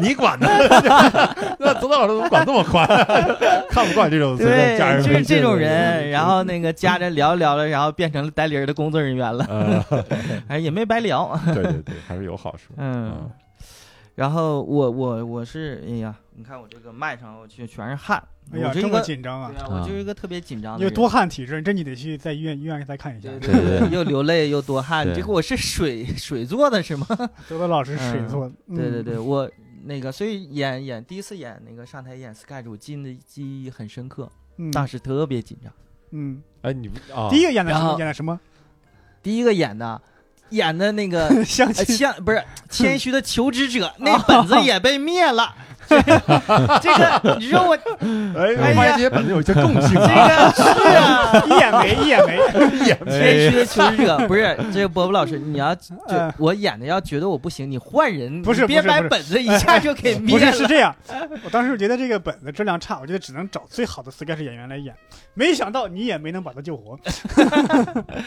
[SPEAKER 2] 你管 的， 那泽泽老师怎么管这么宽？ 看不惯 这种随便
[SPEAKER 3] 对
[SPEAKER 2] 加，人
[SPEAKER 3] 就
[SPEAKER 2] 微
[SPEAKER 3] 是
[SPEAKER 2] 信
[SPEAKER 3] 这种
[SPEAKER 2] 的
[SPEAKER 3] 人。然后那个加着聊着聊了，然后变成了单立人的工作人员了，
[SPEAKER 2] 呃，
[SPEAKER 3] 哎，也没白聊。
[SPEAKER 2] 对对对，还是有好处。
[SPEAKER 3] 嗯，然后我我我是哎呀，你看我这个麦上我去全是汗，
[SPEAKER 1] 哎呀，
[SPEAKER 3] 我是
[SPEAKER 1] 这
[SPEAKER 3] 一
[SPEAKER 1] 么
[SPEAKER 3] 个
[SPEAKER 1] 紧张啊
[SPEAKER 3] 对！啊，我就是一个特别紧张的
[SPEAKER 1] 因为
[SPEAKER 3] 人。
[SPEAKER 1] 多汗体质，这你得去在医院医院再看一下
[SPEAKER 3] 对。
[SPEAKER 4] 对对
[SPEAKER 3] 对，又流泪又多汗，
[SPEAKER 4] 对
[SPEAKER 3] 这个我是水水做的是吗？
[SPEAKER 1] 德德老师水做的，
[SPEAKER 3] 对对
[SPEAKER 1] 嗯，
[SPEAKER 3] 对，我那个所以演演第一次演那个上台演 sketch，我记得记忆很深刻，
[SPEAKER 1] 嗯
[SPEAKER 3] 当时特别紧张。
[SPEAKER 1] 嗯，
[SPEAKER 2] 哎，你不啊，
[SPEAKER 1] 第一个演的什
[SPEAKER 3] 然
[SPEAKER 1] 么？
[SPEAKER 3] 后
[SPEAKER 1] 演的什么？
[SPEAKER 3] 第一个演的，演的那个
[SPEAKER 1] 相
[SPEAKER 3] 呃
[SPEAKER 1] 亲
[SPEAKER 3] 谦不是 谦虚的求职者，那本
[SPEAKER 1] 哦
[SPEAKER 3] 子也被灭了。这个你 说我这
[SPEAKER 2] 哎，我
[SPEAKER 3] 哎呀
[SPEAKER 2] 发现这些本子有一些共性啊。
[SPEAKER 3] 个是 啊，
[SPEAKER 1] 一眼没一眼没，
[SPEAKER 3] 谦虚的求职
[SPEAKER 1] 哎
[SPEAKER 3] 者不是这个伯伯老师，你要就
[SPEAKER 1] 呃
[SPEAKER 3] 我演的要觉得我不行，你换人，
[SPEAKER 1] 不是
[SPEAKER 3] 你别
[SPEAKER 1] 不是
[SPEAKER 3] 把
[SPEAKER 1] 不是
[SPEAKER 3] 本子一下就给
[SPEAKER 1] 嗯不
[SPEAKER 3] 灭
[SPEAKER 1] 是
[SPEAKER 3] 了。
[SPEAKER 1] 是这样，我当时觉得这个本子质量差，我觉得只能找最好的 sketch 演员来演，没想到你也没能把他救活。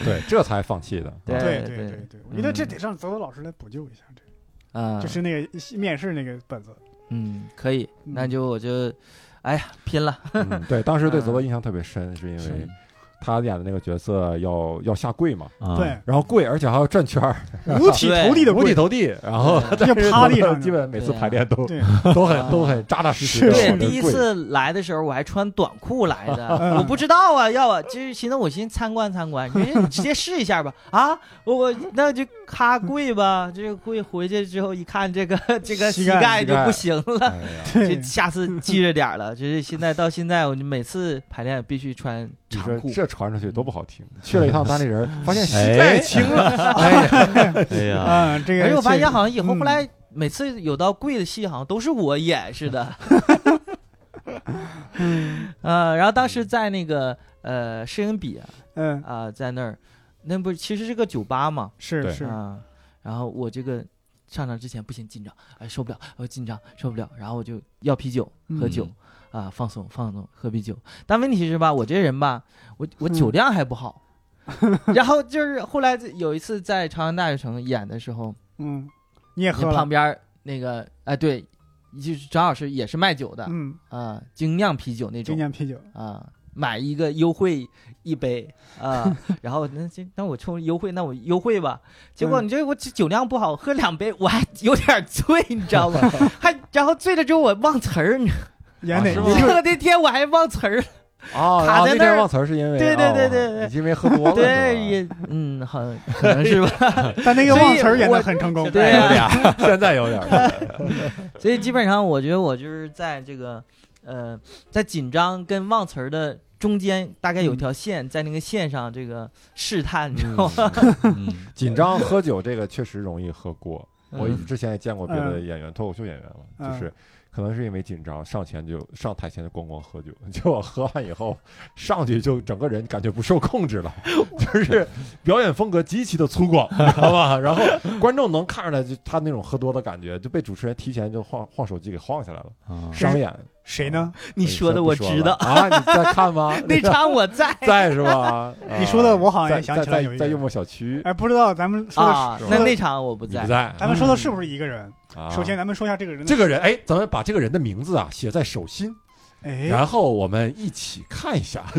[SPEAKER 2] 对，这才放弃 的。
[SPEAKER 3] 对
[SPEAKER 1] 对
[SPEAKER 3] 对
[SPEAKER 1] 对对，我觉得这得让泽泽老师来补救一下，这
[SPEAKER 3] 啊，
[SPEAKER 1] 就是那个面试那个本子。
[SPEAKER 3] 嗯，可以，
[SPEAKER 1] 嗯
[SPEAKER 3] 那就我就，哎呀，拼了，
[SPEAKER 2] 嗯，对，当时对泽泽印象特别深，是因为他演的那个角色要要下跪嘛，
[SPEAKER 4] 啊，
[SPEAKER 1] 对，
[SPEAKER 2] 然后跪，而且还要转圈儿，
[SPEAKER 1] 五体投地的
[SPEAKER 2] 五体
[SPEAKER 1] 跪，
[SPEAKER 2] 投地，然后
[SPEAKER 3] 嗯
[SPEAKER 1] 直接趴地上，
[SPEAKER 2] 基本每次排练都
[SPEAKER 1] 对
[SPEAKER 2] 都很都很扎扎实实。
[SPEAKER 1] 是
[SPEAKER 3] 啊对，
[SPEAKER 1] 是
[SPEAKER 3] 第一，次来的时候我还穿短裤来
[SPEAKER 1] 嗯
[SPEAKER 3] 的，我不知道啊，要啊，就是寻思我寻思参观参观，人家直接试一下吧，啊，我我那就咔跪吧， 这个跪回去之后一看这个 这个
[SPEAKER 1] 膝
[SPEAKER 3] 膝
[SPEAKER 1] 盖
[SPEAKER 3] 盖就
[SPEAKER 2] 膝盖
[SPEAKER 3] 不行
[SPEAKER 2] 哎
[SPEAKER 3] 了，
[SPEAKER 1] 对
[SPEAKER 3] 就，下次记着点儿了，就是现在到现在我就每次排练必须穿
[SPEAKER 2] 你
[SPEAKER 3] 长
[SPEAKER 2] 说
[SPEAKER 3] 裤，
[SPEAKER 2] 这传出去多不好听！嗯哎去了一趟当地人，发现膝盖青了，哎呀，
[SPEAKER 4] 哎 呀，
[SPEAKER 1] 嗯，这个
[SPEAKER 3] 而且我发
[SPEAKER 1] 这
[SPEAKER 3] 现
[SPEAKER 1] 个
[SPEAKER 3] 好像以后
[SPEAKER 1] 嗯
[SPEAKER 3] 后来每次有到贵的戏，好像都是我演似 的。嗯，呃，然后当时在那个呃摄影笔啊、
[SPEAKER 1] 嗯
[SPEAKER 3] 啊在那儿，那不是其实是个酒吧嘛
[SPEAKER 1] 是
[SPEAKER 2] 对
[SPEAKER 1] 是
[SPEAKER 3] 啊、，然后我这个上场之前不行，紧张，哎受不了，我、紧张受不了，然后我就要啤酒喝酒。
[SPEAKER 4] 嗯
[SPEAKER 3] 啊，放松放松，喝啤酒。但问题是吧，我这人吧，我我
[SPEAKER 1] 嗯
[SPEAKER 3] 酒量还不 好。然后就是后来有一次在长安大悦城演的时候，
[SPEAKER 1] 嗯，你也
[SPEAKER 3] 那
[SPEAKER 1] 喝
[SPEAKER 3] 旁
[SPEAKER 1] 了，
[SPEAKER 3] 边儿那个，哎，对，就是张老师也是卖酒的，啊、
[SPEAKER 1] 嗯，
[SPEAKER 3] 精酿啤酒那
[SPEAKER 1] 精
[SPEAKER 3] 种，
[SPEAKER 1] 酿啤酒，
[SPEAKER 3] 啊、买一个优惠一杯啊、 然后那这那我冲优惠，那我优惠吧。结果
[SPEAKER 1] 嗯
[SPEAKER 3] 你这我酒量不好，喝两杯我还有点醉，你知道吗？还然后醉了之后我忘词儿，你知
[SPEAKER 1] 演哪
[SPEAKER 2] 是
[SPEAKER 1] 个
[SPEAKER 2] 吗
[SPEAKER 3] 道吗那天我还忘词儿了，
[SPEAKER 2] 哦，然
[SPEAKER 3] 啊卡
[SPEAKER 2] 后
[SPEAKER 3] 在
[SPEAKER 2] 那
[SPEAKER 3] 那
[SPEAKER 2] 天
[SPEAKER 3] 儿
[SPEAKER 2] 忘词儿是因为
[SPEAKER 3] 对对对对对
[SPEAKER 2] 哦你是因为喝多了，
[SPEAKER 3] 对，
[SPEAKER 2] 是吧
[SPEAKER 3] 也嗯，好可 能是吧。
[SPEAKER 1] 但那个
[SPEAKER 3] 所以
[SPEAKER 1] 忘词儿演
[SPEAKER 3] 我
[SPEAKER 1] 得很成功。
[SPEAKER 3] 对
[SPEAKER 4] 有
[SPEAKER 3] 啊
[SPEAKER 4] 点 儿
[SPEAKER 2] 现在有点儿，
[SPEAKER 3] 所以基本上，我觉得我就是在这个，呃，在紧张跟忘词儿的中间，大
[SPEAKER 2] 嗯
[SPEAKER 3] 概有一条线，在那个线上这个试探，你知道吗？
[SPEAKER 4] 嗯
[SPEAKER 2] 紧张喝酒这个确实容易喝过。我
[SPEAKER 3] 嗯
[SPEAKER 2] 之前也见过别的演员，脱口秀演员了，
[SPEAKER 1] 嗯
[SPEAKER 2] 就是可能是因为紧张，上前就上台前就咣咣喝酒， 结果喝完以后上去就整个人感觉不受控制 了，就是表演风格极其的粗犷， 你知道吧？然后观众能看出来，就他那种喝多的感觉，就被主持人提前就晃晃手机给晃下来了，
[SPEAKER 4] 啊
[SPEAKER 2] 商演。
[SPEAKER 1] 谁呢？
[SPEAKER 3] 你说的我知道，？
[SPEAKER 2] 啊，你在看 吗
[SPEAKER 3] 那场我在
[SPEAKER 2] 在是吧？啊
[SPEAKER 1] 你说的我好像也想起来
[SPEAKER 2] 在
[SPEAKER 1] 有一
[SPEAKER 2] 在
[SPEAKER 1] 个
[SPEAKER 2] 在幽默小区，
[SPEAKER 1] 哎，不知道咱们说的
[SPEAKER 3] 啊
[SPEAKER 1] 是，
[SPEAKER 3] 那
[SPEAKER 1] 说的
[SPEAKER 3] 那场我不
[SPEAKER 2] 你
[SPEAKER 3] 在
[SPEAKER 2] 不。在。
[SPEAKER 1] 咱们说的是不是一个人？
[SPEAKER 2] 啊
[SPEAKER 1] 首先，咱们说一下这个人的。
[SPEAKER 2] 这个人，哎，咱们把这个人的名字啊写在手心，
[SPEAKER 1] 哎，
[SPEAKER 2] 然后我们一起看一下。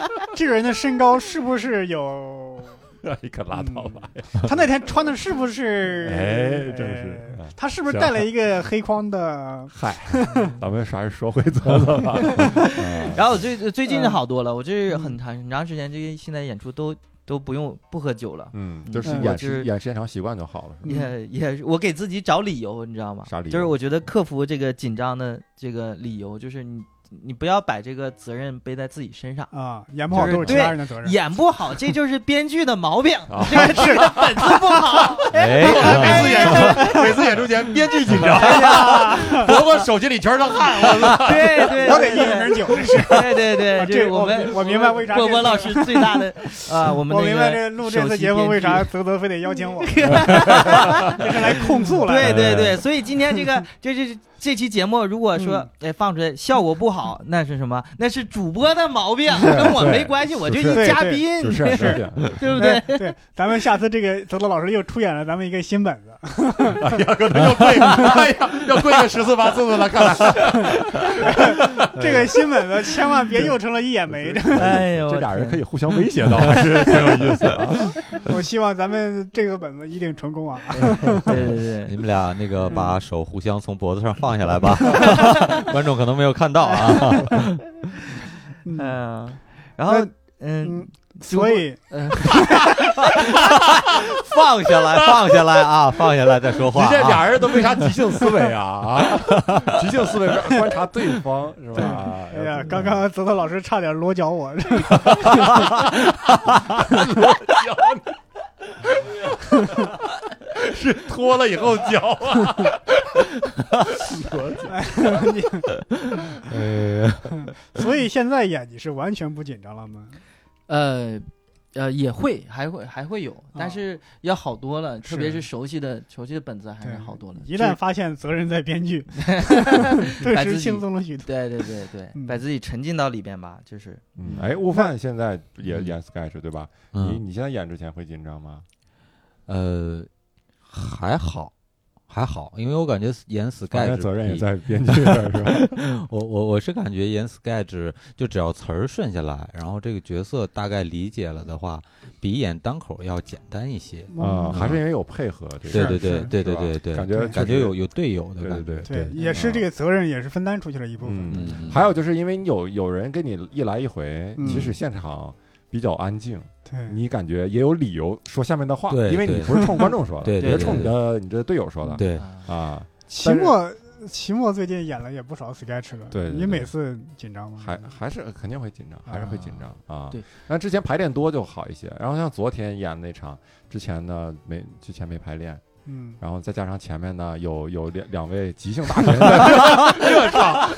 [SPEAKER 1] 这个人的身高是不是有？嗯
[SPEAKER 2] 你可 拉倒吧！
[SPEAKER 1] 他那天穿的是不是？
[SPEAKER 2] 哎，真是
[SPEAKER 1] 哎。
[SPEAKER 2] 啊
[SPEAKER 1] 他是不是戴了一个黑框的？
[SPEAKER 2] 嗨，咱们啥时候说回泽泽 吧？啊
[SPEAKER 3] 然后我最最近
[SPEAKER 1] 嗯
[SPEAKER 3] 好多了，我这很长很长时间，这些现在演出都都不用不喝酒了，
[SPEAKER 2] 嗯，就
[SPEAKER 1] 嗯
[SPEAKER 2] 是演
[SPEAKER 3] 我就是
[SPEAKER 2] 时演时间长习惯就好了。是吧
[SPEAKER 3] 也也是我给自己找理由，你知道吗？
[SPEAKER 2] 啥理由？
[SPEAKER 3] 就是我觉得克服这个紧张的这个理由，就是你你不要把这个责任背在自己身上。
[SPEAKER 1] 啊，演不好都是其他人的责任。
[SPEAKER 3] 演不好，这就是编剧的毛病，
[SPEAKER 2] 啊
[SPEAKER 3] 这 个是本子不好。
[SPEAKER 4] 哎，
[SPEAKER 2] 每次演 出，每次演出前编剧紧张，伯伯手心里全是汗。
[SPEAKER 3] 对对，
[SPEAKER 1] 我得一
[SPEAKER 3] 对
[SPEAKER 1] 瓶 酒，这是。
[SPEAKER 3] 对对对，
[SPEAKER 1] 啊
[SPEAKER 3] 这
[SPEAKER 1] 这
[SPEAKER 3] 是
[SPEAKER 1] 我
[SPEAKER 3] 们
[SPEAKER 1] 我明白为啥
[SPEAKER 3] 波
[SPEAKER 1] 这
[SPEAKER 3] 波
[SPEAKER 1] 次
[SPEAKER 3] 老师最大 的啊，我们
[SPEAKER 1] 我
[SPEAKER 3] 那
[SPEAKER 1] 明白
[SPEAKER 3] 个
[SPEAKER 1] 这录这
[SPEAKER 3] 首
[SPEAKER 1] 次
[SPEAKER 3] 席
[SPEAKER 1] 节目
[SPEAKER 3] 编
[SPEAKER 1] 为啥
[SPEAKER 3] 剧。
[SPEAKER 1] 泽泽非得邀请我，这 是来控诉来
[SPEAKER 3] 对
[SPEAKER 1] 的。
[SPEAKER 3] 对 对，所以今天这个这这这期节目，如果说
[SPEAKER 1] 嗯
[SPEAKER 3] 哎放出来效果不 好，那是什么？那是主播的毛病，跟我没关系，我就一
[SPEAKER 1] 对
[SPEAKER 3] 嘉
[SPEAKER 1] 对
[SPEAKER 3] 宾，
[SPEAKER 2] 就是
[SPEAKER 3] 对
[SPEAKER 2] 是这样，
[SPEAKER 3] 不 对
[SPEAKER 1] 哎？对，咱们下次这个泽泽老师又出演了咱们一个新本子，
[SPEAKER 2] 哎呀，可能要跪，哎呀， 要跪个十次八次的了，看 来。
[SPEAKER 1] 这个新本子千万别又成了一眼梅。
[SPEAKER 3] 哎呦，
[SPEAKER 2] 这俩人可
[SPEAKER 3] 以
[SPEAKER 2] 以互相威胁到， 还是挺有意思啊。
[SPEAKER 1] 我希望咱们这个本子一定成功啊！
[SPEAKER 3] 对对 对
[SPEAKER 4] 你们俩那个把手互相从脖子上放下来 吧，观众可能没有看到 啊。
[SPEAKER 3] 对，
[SPEAKER 1] 嗯，
[SPEAKER 3] 嗯，然后嗯
[SPEAKER 1] 嗯，所以
[SPEAKER 3] 嗯，
[SPEAKER 4] 放下来，放下来啊，放下来再说话
[SPEAKER 2] 你这
[SPEAKER 4] 啊。
[SPEAKER 2] 俩人都没啥即兴思维 啊啊！即兴思维是观察对方是 吧？
[SPEAKER 1] 哎呀，刚刚泽泽老师差点裸脚 我，
[SPEAKER 2] 是脱了以后脚啊， 哎
[SPEAKER 1] 所以现在演你是完全不紧张了吗？
[SPEAKER 3] 呃，呃，也会，还会，还会有，但
[SPEAKER 1] 啊
[SPEAKER 3] 是要好多了，特别
[SPEAKER 1] 是
[SPEAKER 3] 是熟悉的、熟悉的本子，还是
[SPEAKER 1] 对
[SPEAKER 3] 好多了。
[SPEAKER 1] 一
[SPEAKER 3] 就
[SPEAKER 1] 旦
[SPEAKER 3] 是
[SPEAKER 1] 发现责任在编 剧，
[SPEAKER 3] 把
[SPEAKER 1] 顿
[SPEAKER 3] 自
[SPEAKER 1] 时
[SPEAKER 3] 己
[SPEAKER 1] 轻松了许多。
[SPEAKER 3] 对对对对，
[SPEAKER 1] 嗯
[SPEAKER 3] 把自己沉浸到里边吧，就是
[SPEAKER 2] 嗯哎，悟饭现在也演 sketch 对吧？你
[SPEAKER 4] 嗯，
[SPEAKER 2] 你现在演之前会紧张吗？
[SPEAKER 4] 呃，还好，还好，因为我感觉演
[SPEAKER 2] 反
[SPEAKER 4] sketch
[SPEAKER 2] 正责任也
[SPEAKER 4] 比
[SPEAKER 2] 在编剧这儿是吧？
[SPEAKER 4] 我我我是感觉演 sketch 就只要词儿顺下来，然后这个角色大概理解了的话，比演单口要简单一些。
[SPEAKER 2] 啊，还
[SPEAKER 1] 是
[SPEAKER 2] 是因为有配合，这
[SPEAKER 4] 对
[SPEAKER 1] 嗯是
[SPEAKER 4] 对对
[SPEAKER 2] 个
[SPEAKER 4] 对
[SPEAKER 2] 是
[SPEAKER 4] 对
[SPEAKER 2] 吧
[SPEAKER 4] 对对，
[SPEAKER 2] 感觉
[SPEAKER 4] 感
[SPEAKER 2] 确
[SPEAKER 4] 觉
[SPEAKER 2] 实
[SPEAKER 4] 有有队友的
[SPEAKER 2] 对
[SPEAKER 4] 感
[SPEAKER 2] 对
[SPEAKER 4] 觉。
[SPEAKER 2] 对啊
[SPEAKER 1] 对，也是这个责任也是分担出去了一部分。
[SPEAKER 2] 嗯
[SPEAKER 4] 嗯，
[SPEAKER 2] 还有就是因为你有有人跟你一来一回，
[SPEAKER 1] 嗯
[SPEAKER 2] 即使现场比较安静，
[SPEAKER 1] 对，
[SPEAKER 2] 你感觉也有理由说下面的话，
[SPEAKER 4] 对
[SPEAKER 2] 因为你
[SPEAKER 4] 对
[SPEAKER 2] 不是冲观众说 的，
[SPEAKER 4] 对
[SPEAKER 2] 你
[SPEAKER 4] 对
[SPEAKER 2] 是
[SPEAKER 4] 对
[SPEAKER 2] 冲你的你的队友说的，
[SPEAKER 4] 对，
[SPEAKER 3] 啊
[SPEAKER 2] 啊，
[SPEAKER 1] 期末期末最近演了也不少 sketch 了，
[SPEAKER 2] 对对对
[SPEAKER 1] 你每次紧张吗？
[SPEAKER 2] 还还是肯定会紧张，还是会紧张啊。
[SPEAKER 3] 对，
[SPEAKER 2] 那之前排练多就好一些，然后像昨天演那场，之前呢没之前没排练，
[SPEAKER 1] 嗯，
[SPEAKER 2] 然后再加上前面呢有有两两位即兴大 神在热哎 场，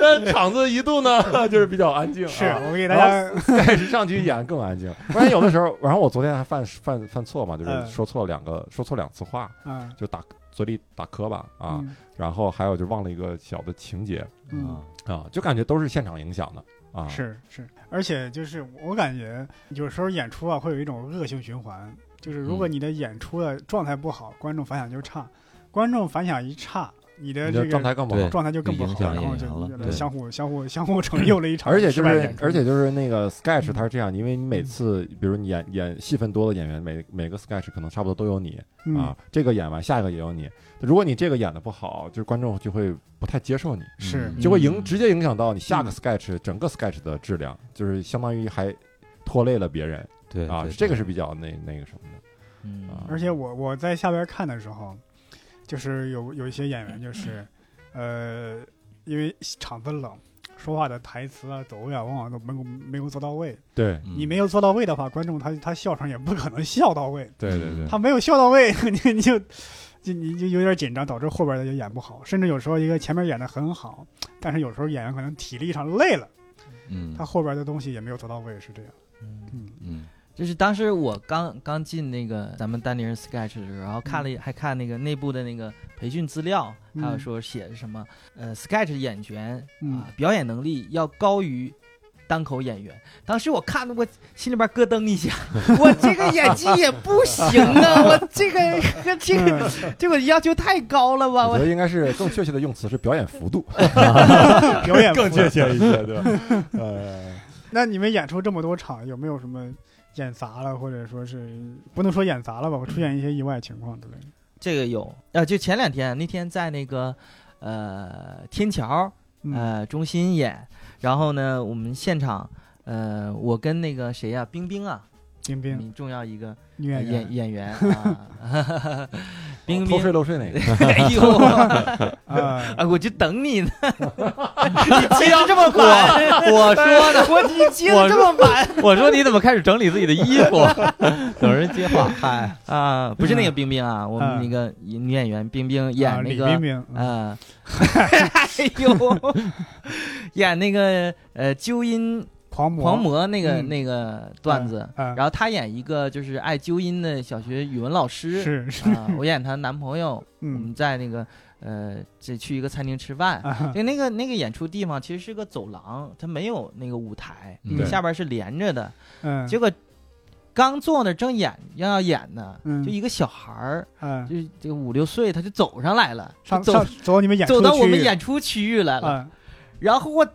[SPEAKER 2] 那场子一度呢 就是比较安静啊，
[SPEAKER 1] 是我给大家
[SPEAKER 2] 开始上去演更安 静。不然有的时候，然后我昨天还犯犯犯错嘛，就是
[SPEAKER 1] 嗯
[SPEAKER 2] 说错两个说错两次话，
[SPEAKER 1] 啊
[SPEAKER 2] 就打嘴里打磕巴啊，
[SPEAKER 1] 嗯
[SPEAKER 2] 然后还有就忘了一个小的情节
[SPEAKER 1] 嗯，
[SPEAKER 2] 啊，就感觉都是现场影响的啊。
[SPEAKER 1] 是是，而且就是我感觉有时候演出啊会有一种恶性循环，就是如果你的演出的状态不好，观众反响就差，观众反响一差，你的
[SPEAKER 2] 你
[SPEAKER 1] 这
[SPEAKER 2] 的
[SPEAKER 1] 个
[SPEAKER 2] 状态更不好
[SPEAKER 4] 对。
[SPEAKER 1] 状态就更不
[SPEAKER 4] 就影
[SPEAKER 1] 好，
[SPEAKER 4] 响
[SPEAKER 1] 然后就
[SPEAKER 4] 演员了
[SPEAKER 1] 就
[SPEAKER 4] 对
[SPEAKER 1] 相互相互相互成就了 一场
[SPEAKER 2] 而且
[SPEAKER 1] 失
[SPEAKER 2] 就
[SPEAKER 1] 败
[SPEAKER 2] 是
[SPEAKER 1] 演，出，
[SPEAKER 2] 而且就是那个
[SPEAKER 1] 嗯
[SPEAKER 2] sketch 它是这样，因为你每次，比如你演演戏份多的演员，每每个 sketch 可能差不多都有你
[SPEAKER 1] 嗯
[SPEAKER 2] 啊，这个演完下一个也有你。如果你这个演的不好，就是观众就会不太接受你，
[SPEAKER 1] 是
[SPEAKER 4] 嗯
[SPEAKER 2] 就会
[SPEAKER 3] 嗯
[SPEAKER 2] 影直接影响到你下个 sketch 整个 sketch 的质量，就是相当于还拖累了别人
[SPEAKER 4] 对
[SPEAKER 2] 啊
[SPEAKER 4] 对，
[SPEAKER 2] 这个
[SPEAKER 4] 对
[SPEAKER 2] 是比较那那个什么的。
[SPEAKER 3] 嗯
[SPEAKER 2] 啊
[SPEAKER 1] 而且我我在下边看的时候，就是有有一些演员就是，呃，因为场子冷，说话的台词啊、走位啊，往往都没有没有做到位。
[SPEAKER 2] 对
[SPEAKER 4] 嗯
[SPEAKER 1] 你没有做到位的话，观众他他笑声也不可能笑到位，
[SPEAKER 2] 对对对，
[SPEAKER 1] 嗯他没有笑到位， 你你就就你就有点紧张，导致后边的就演不好。甚至有时候一个前面演的很好，但是有时候演员可能体力上累了，
[SPEAKER 4] 嗯
[SPEAKER 1] 他后边的东西也没有做到位，是这样。
[SPEAKER 3] 嗯
[SPEAKER 1] 嗯
[SPEAKER 4] 嗯
[SPEAKER 3] 就是当时我刚刚进那个咱们丹尼尔 Sketch 的时候，然后看了一、还看那个内部的那个培训资料，还有
[SPEAKER 1] 嗯
[SPEAKER 3] 说写什么呃 Sketch 演员啊、
[SPEAKER 1] 嗯
[SPEAKER 3] 表演能力要高于。单口演员，当时我看的我心里边咯噔一下， 我这个演技也不行啊，我 这个这
[SPEAKER 1] 嗯
[SPEAKER 3] 个这个要求太高了吧，
[SPEAKER 2] 我
[SPEAKER 3] 我
[SPEAKER 2] 觉得应该是更确切的用词是表演幅度，
[SPEAKER 1] 表演
[SPEAKER 2] 更
[SPEAKER 1] 不
[SPEAKER 2] 确切一些，对 吧？呃，
[SPEAKER 1] 那你们演出这么多场，有没有什么演砸了，或者说是不能说演砸了吧，会出现一些意外情况之类的？
[SPEAKER 3] 这个有啊，就前两天那天在那个呃天桥
[SPEAKER 1] 嗯
[SPEAKER 3] 呃中心演，然后呢，我们现场，呃，我跟那个谁呀、冰冰啊，
[SPEAKER 1] 冰冰
[SPEAKER 3] 你重要一个
[SPEAKER 1] 女
[SPEAKER 3] 呃
[SPEAKER 1] 演员
[SPEAKER 3] 演演员啊， 冰
[SPEAKER 2] 偷
[SPEAKER 3] 冰
[SPEAKER 2] 税，漏税哪个？
[SPEAKER 3] 哎呦，
[SPEAKER 1] 啊，
[SPEAKER 3] 啊，我就等你呢，你接的这么晚，我 说呢，我你接的这么晚
[SPEAKER 4] 我说你怎么开始整理自己的衣服？ 等人接话， 嗨，
[SPEAKER 3] 啊，不是那个冰冰啊，我
[SPEAKER 1] 啊
[SPEAKER 3] 们那个女演员冰冰
[SPEAKER 1] 啊
[SPEAKER 3] 演那
[SPEAKER 1] 李
[SPEAKER 3] 个
[SPEAKER 1] 冰冰，嗯
[SPEAKER 3] 啊， 哎呦， 演那个呃纠音
[SPEAKER 1] 狂魔
[SPEAKER 3] 狂魔那个
[SPEAKER 1] 嗯
[SPEAKER 3] 那个段子，
[SPEAKER 1] 啊，
[SPEAKER 3] 然后他演一个就是爱纠音的小学语文老师，
[SPEAKER 1] 是 是
[SPEAKER 3] 啊，我演她男朋友，我
[SPEAKER 1] 嗯
[SPEAKER 3] 们在那个呃这去一个餐厅吃饭。
[SPEAKER 1] 啊
[SPEAKER 3] 对，那个那个演出地方其实是个走廊，它没有那个舞台，
[SPEAKER 4] 嗯
[SPEAKER 1] 对
[SPEAKER 3] 下边是连着的。
[SPEAKER 1] 嗯
[SPEAKER 3] 结果刚坐那儿正演要演呢，
[SPEAKER 1] 嗯
[SPEAKER 3] 就一个小孩儿，
[SPEAKER 1] 嗯
[SPEAKER 3] 就就五六岁，他就走上来了，就
[SPEAKER 1] 上
[SPEAKER 3] 走
[SPEAKER 1] 上走到你们演出
[SPEAKER 3] 走到我
[SPEAKER 1] 区
[SPEAKER 3] 们
[SPEAKER 1] 域
[SPEAKER 3] 演出区域来了，
[SPEAKER 1] 啊
[SPEAKER 3] 然后 我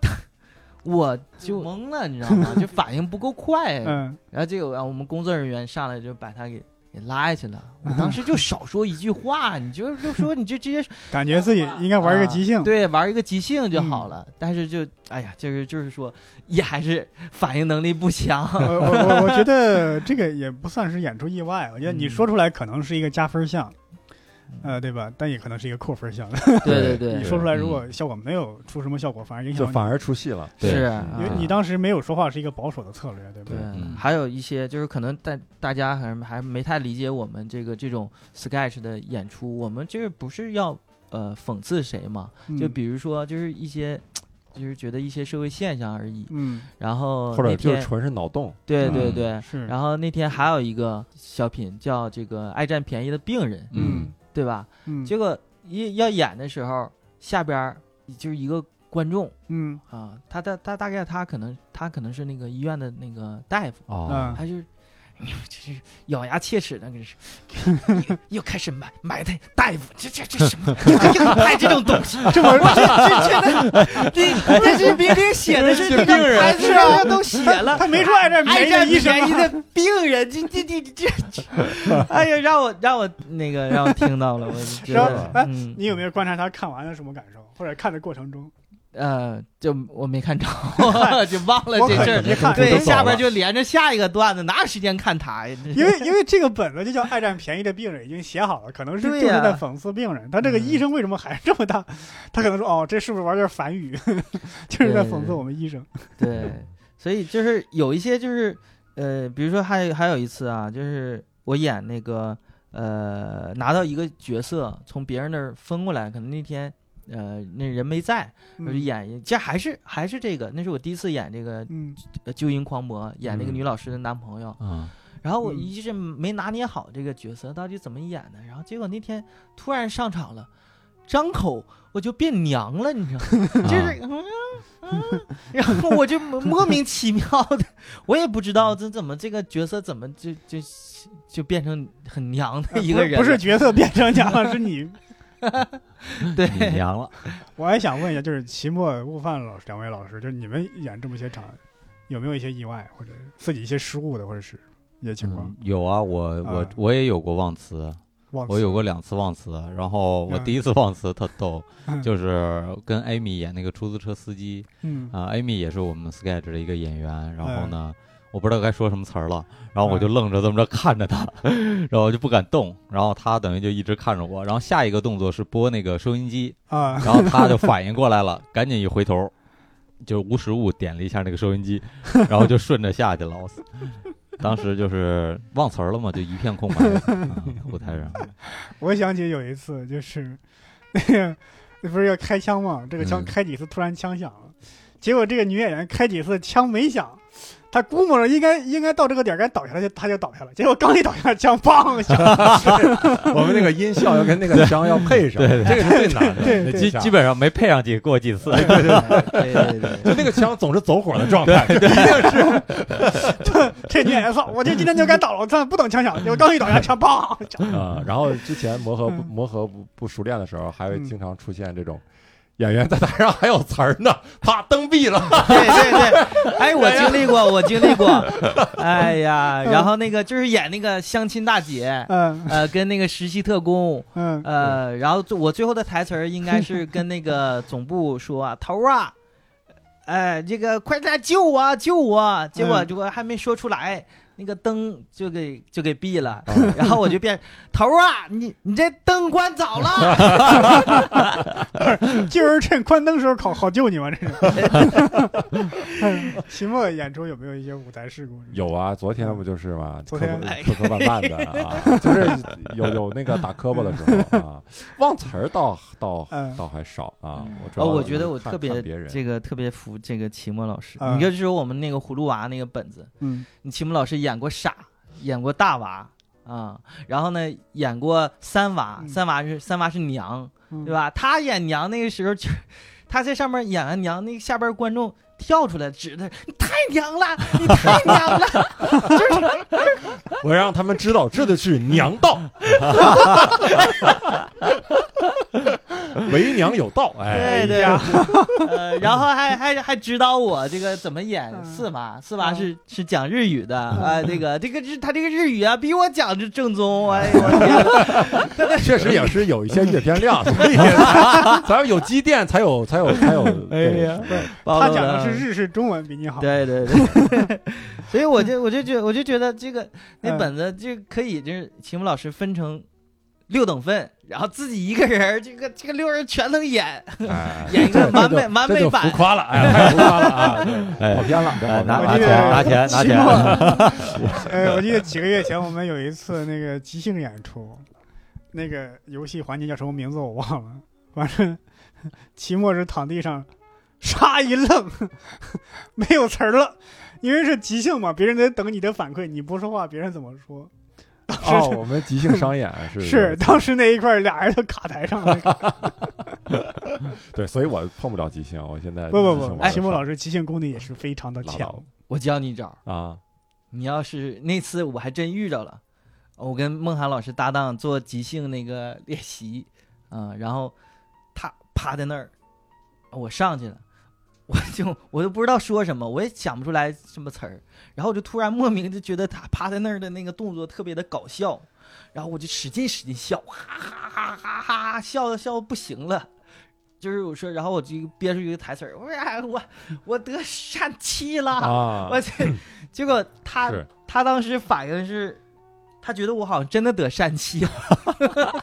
[SPEAKER 3] 我就懵了，你知道吗？就反应不够快，
[SPEAKER 1] 嗯
[SPEAKER 3] 然后这个啊我们工作人员上来就把他给。给拉下去了，我当时就少说一 句话，你就就说你就直接
[SPEAKER 1] 感觉自己应该玩一个即兴，嗯
[SPEAKER 3] 啊对，玩一个即兴就好了。但是就哎呀，就是就是说，也还是反应能力不强。
[SPEAKER 1] 我我我我觉得这个也不算是演出意外，我觉得你
[SPEAKER 3] 嗯
[SPEAKER 1] 说出来可能是一个加分项，呃，对吧？但也可能是一个扣分项。
[SPEAKER 3] 对对
[SPEAKER 1] 你
[SPEAKER 3] 对，
[SPEAKER 1] 说出来
[SPEAKER 4] 嗯
[SPEAKER 1] 如果效果没有出什么效果，反而影
[SPEAKER 2] 就
[SPEAKER 1] 响你
[SPEAKER 2] 反而出戏了。
[SPEAKER 4] 对
[SPEAKER 3] 是
[SPEAKER 1] 因为
[SPEAKER 3] 啊
[SPEAKER 1] 你当时没有说话是一个保守的策略，对不
[SPEAKER 3] 对
[SPEAKER 1] 对？，
[SPEAKER 4] 嗯
[SPEAKER 3] 还有一些就是可能大大家还还没太理解我们这个这种 sketch 的演出，我们这不是要呃讽刺谁嘛？
[SPEAKER 1] 嗯
[SPEAKER 3] 就比如说就是一些。就是觉得一些社会现象而已，
[SPEAKER 1] 嗯
[SPEAKER 3] 然后
[SPEAKER 2] 或者
[SPEAKER 3] 那
[SPEAKER 2] 就
[SPEAKER 3] 天
[SPEAKER 2] 是纯是脑洞，
[SPEAKER 3] 对
[SPEAKER 1] 嗯
[SPEAKER 3] 对对，
[SPEAKER 1] 是，
[SPEAKER 3] 然后那天还有一个小品叫这个爱占便宜的病人，
[SPEAKER 1] 嗯
[SPEAKER 4] 嗯
[SPEAKER 3] 对吧？
[SPEAKER 1] 嗯
[SPEAKER 3] 结果一要演的时候，下边儿就是一个观众
[SPEAKER 1] 嗯
[SPEAKER 3] 啊，他他他大概他可能他可能是那个医院的那个大夫，
[SPEAKER 4] 哦，
[SPEAKER 1] 嗯
[SPEAKER 3] 他就是， 哎呦，这是咬牙切齿的，这是 又又开始埋埋汰大夫，这这这什么，又又拍这种东西，这我这这觉得，这
[SPEAKER 1] 哎
[SPEAKER 3] 这是明明写的是这
[SPEAKER 4] 病
[SPEAKER 3] 个
[SPEAKER 4] 人
[SPEAKER 3] 牌子上都写了。
[SPEAKER 1] 啊他没说哎爱这
[SPEAKER 3] 爱
[SPEAKER 1] 便宜
[SPEAKER 3] 占
[SPEAKER 1] 的医生啊
[SPEAKER 3] 便宜的病人，这这这这，这哎呀，让我让我那个让我听到了，我就觉
[SPEAKER 1] 是
[SPEAKER 3] 得
[SPEAKER 1] 吧，哎
[SPEAKER 3] 嗯，
[SPEAKER 1] 你有没有观察他看完了什么感受，或者看的过程中？
[SPEAKER 3] 呃，就我没看着， 就忘了
[SPEAKER 1] 我
[SPEAKER 3] 这
[SPEAKER 1] 可
[SPEAKER 3] 事儿。
[SPEAKER 1] 一看，
[SPEAKER 3] 对，
[SPEAKER 2] 都走
[SPEAKER 3] 下边
[SPEAKER 2] 了
[SPEAKER 3] 就连着下一个段子，哪有时间看他呀？这
[SPEAKER 1] 因为因为这个本子就叫《爱占便宜的病人》，已经写好了，可能是
[SPEAKER 3] 对
[SPEAKER 1] 就
[SPEAKER 3] 呀嗯
[SPEAKER 1] 是在讽刺病人。他这个医生为什么还这么大？他可能说哦，这是不是玩点反语？ 就是在讽刺我们医生。
[SPEAKER 3] 对，所以就是有一些就是呃，比如说还有还有一次啊，就是我演那个呃，拿到一个角色从别人那儿分过来，可能那天呃那人没在，我就
[SPEAKER 1] 嗯
[SPEAKER 3] 演一，这还是还是这个，那是我第一次演这个
[SPEAKER 1] 嗯
[SPEAKER 3] 呃《纠音狂魔》，演那个
[SPEAKER 2] 嗯
[SPEAKER 3] 女老师的男朋友，
[SPEAKER 4] 嗯
[SPEAKER 3] 然后我
[SPEAKER 1] 嗯
[SPEAKER 3] 一直没拿捏好这个角色到底怎么演的，然后结果那天突然上场了，张口我就变娘了，你知道吗？
[SPEAKER 4] 啊
[SPEAKER 3] 就是，嗯嗯，然后我就莫莫名其妙的， 我也不知道这怎么这个角色怎么就就就变成很娘的一个人 了，
[SPEAKER 1] 不是不是角色变成娘了，是你
[SPEAKER 3] 对
[SPEAKER 4] 你娘了，
[SPEAKER 1] 我还想问一下，就是期末悟饭老师两位老师，就是你们演这么些场，有没有一些意外或者自己一些失误的，或者是一些情况？
[SPEAKER 4] 嗯有啊，我我
[SPEAKER 1] 啊
[SPEAKER 4] 我也有过忘词，
[SPEAKER 1] 忘
[SPEAKER 4] 我
[SPEAKER 1] 词
[SPEAKER 4] 有过两次忘词，然后我
[SPEAKER 1] 嗯
[SPEAKER 4] 第一次忘词特逗，
[SPEAKER 1] 嗯
[SPEAKER 4] 就是跟艾米演那个出租车司机
[SPEAKER 1] 嗯
[SPEAKER 4] 啊，艾米也是我们 sketch 的一个演员，然后呢。我不知道该说什么词儿了，然后我就
[SPEAKER 1] 嗯
[SPEAKER 4] 愣着这么着看着他，然后我就不敢动，然后他等于就一直看着我，然后下一个动作是拨那个收音机，
[SPEAKER 1] 啊，
[SPEAKER 4] 然后他就反应过来了， 赶紧一回头，就无实物点了一下那个收音机，然后就顺着下去了。我操当时就是忘词儿了嘛，就一片空白，啊舞台上。
[SPEAKER 1] 我想起有一次就是那个不是要开枪吗？这个枪
[SPEAKER 4] 嗯
[SPEAKER 1] 开几次突然枪响了，结果这个女演员开几次枪没响。她估摸着应该应该到这个点儿该倒下来就她就倒下了，结果刚一倒下来 枪砰响了，
[SPEAKER 2] 我们那个音效要跟那个枪要配上，
[SPEAKER 4] 对对
[SPEAKER 2] 这个是最难的。
[SPEAKER 1] 对对
[SPEAKER 2] 那
[SPEAKER 4] 基
[SPEAKER 2] 下
[SPEAKER 4] 基本上没配上几过几次，
[SPEAKER 3] 对对对
[SPEAKER 2] 就那个枪总是走火的状 态，
[SPEAKER 1] 这女演员操，我这今天就该倒了，我操，不等枪响，结果刚一倒下枪砰 响了，
[SPEAKER 2] 啊、然后之前磨合不
[SPEAKER 1] 嗯
[SPEAKER 2] 磨合不不熟练的时候，还会
[SPEAKER 1] 嗯
[SPEAKER 2] 经常出现这种演员在台上还有词儿 呢，啪蹬壁了，
[SPEAKER 3] 对对对，哎，我经历过，我经历过，哎呀，然后那个就是演那个相亲大姐，
[SPEAKER 1] 嗯
[SPEAKER 3] 呃，跟那个实习特工，
[SPEAKER 1] 嗯
[SPEAKER 3] 呃，然后最我最后的台词儿应该是跟那个总部说啊，头儿啊，哎，这个快点救我救我！结果
[SPEAKER 1] 嗯
[SPEAKER 3] 结果还没说出来，那个灯就给就给闭了，
[SPEAKER 2] 哦
[SPEAKER 3] 然后我就变头儿啊，你你这灯关早了，
[SPEAKER 1] 就是嗯趁关灯时候好好救你吗？这是。 哎期末演出有没有一些舞台事故？
[SPEAKER 2] 有啊，昨天不就是嘛，磕
[SPEAKER 1] 昨天哎
[SPEAKER 2] 磕磕磕绊绊 的啊，就是有有那个打磕巴的时候啊，忘词儿倒倒
[SPEAKER 1] 嗯
[SPEAKER 2] 倒还少啊
[SPEAKER 3] 嗯，
[SPEAKER 2] 我主要
[SPEAKER 3] 哦，我觉得我
[SPEAKER 2] 看
[SPEAKER 3] 特别
[SPEAKER 2] 看别人嗯
[SPEAKER 3] 这个特别服这个齐墨老师，
[SPEAKER 1] 啊
[SPEAKER 3] 你就说我们那个葫芦娃那个本子，
[SPEAKER 1] 嗯
[SPEAKER 3] 你齐木老师演过傻，演过大娃啊、然后呢演过三娃，
[SPEAKER 1] 嗯
[SPEAKER 3] 三娃是三娃是娘，
[SPEAKER 1] 嗯
[SPEAKER 3] 对吧？他演娘那个时候就，他在上面演完娘，那个下边观众跳出来指他，你太娘了，你太娘了，
[SPEAKER 2] 我让他们知道这就是娘 道， 为娘有道， 哎，
[SPEAKER 3] 对对
[SPEAKER 2] 呀，
[SPEAKER 3] 呃，然后还还还指导我这个怎么演
[SPEAKER 1] 嗯
[SPEAKER 3] 四娃，四娃
[SPEAKER 1] 嗯
[SPEAKER 3] 是是讲日语的啊，这个这个日他这个日语啊比我讲的正宗，哎呦 我的 天，
[SPEAKER 2] 确实也是有一些阅片量，所以才才有积淀，才有才有才有，
[SPEAKER 4] 哎
[SPEAKER 2] 对
[SPEAKER 4] 呀
[SPEAKER 2] 对
[SPEAKER 3] 暴
[SPEAKER 1] 他
[SPEAKER 3] 露
[SPEAKER 1] 讲的
[SPEAKER 3] 了
[SPEAKER 1] 是日式中文，比你好。
[SPEAKER 3] 对对对， 所以我就我就觉我就觉得这个那
[SPEAKER 1] 嗯
[SPEAKER 3] 本子就可以就是秦牧老师分成六等份，然后自己一个人儿这个这个六人全能演
[SPEAKER 2] 哎
[SPEAKER 3] 演一个完
[SPEAKER 2] 这就
[SPEAKER 3] 美完
[SPEAKER 2] 这
[SPEAKER 3] 美
[SPEAKER 2] 就浮
[SPEAKER 3] 版。
[SPEAKER 2] 夸了， 哎，太浮夸了啊！对
[SPEAKER 4] 哎
[SPEAKER 2] 跑偏了，对
[SPEAKER 4] 哎拿
[SPEAKER 1] 我
[SPEAKER 2] 跑
[SPEAKER 4] 拿
[SPEAKER 1] 记
[SPEAKER 2] 偏
[SPEAKER 1] 得
[SPEAKER 4] 钱
[SPEAKER 2] 了
[SPEAKER 4] 拿钱拿
[SPEAKER 1] 期
[SPEAKER 4] 钱
[SPEAKER 1] 末， 呃，我记得几个月前我们有一次那个即兴演出，那个游戏环节叫什么名字我忘了，反正 期末是躺地上，唰一愣， 没有词儿了，因为是即兴嘛，别人得等你的反馈，你不说话，别人怎么说？当时、
[SPEAKER 2] 哦，我们即兴商演是
[SPEAKER 1] 是当时那一块儿俩人都卡台 上了。
[SPEAKER 2] 对，所以我碰不了即兴，我现在
[SPEAKER 1] 不不不，
[SPEAKER 2] 哎，
[SPEAKER 1] 期末老师即兴功底也是非常的
[SPEAKER 2] 拉倒
[SPEAKER 1] 强。
[SPEAKER 3] 我教你一招，
[SPEAKER 2] 啊，
[SPEAKER 3] 你要是那次我还真遇着了，我跟孟涵老师搭档做即兴那个练习，啊、然后他趴在那儿，我上去了，我就我都不知道说什么，我也想不出来什么词儿，然后我就突然莫名就觉得他趴在那儿的那个动作特别的搞笑，然后我就使劲使劲笑，哈哈哈哈哈哈，笑的笑得不行了。就是我说，然后我就憋出一个台词儿，我说哎我我得疝气了，
[SPEAKER 2] 啊
[SPEAKER 3] 我去，结果他
[SPEAKER 2] 是
[SPEAKER 3] 他当时反应是，他觉得我好像真的得疝气了，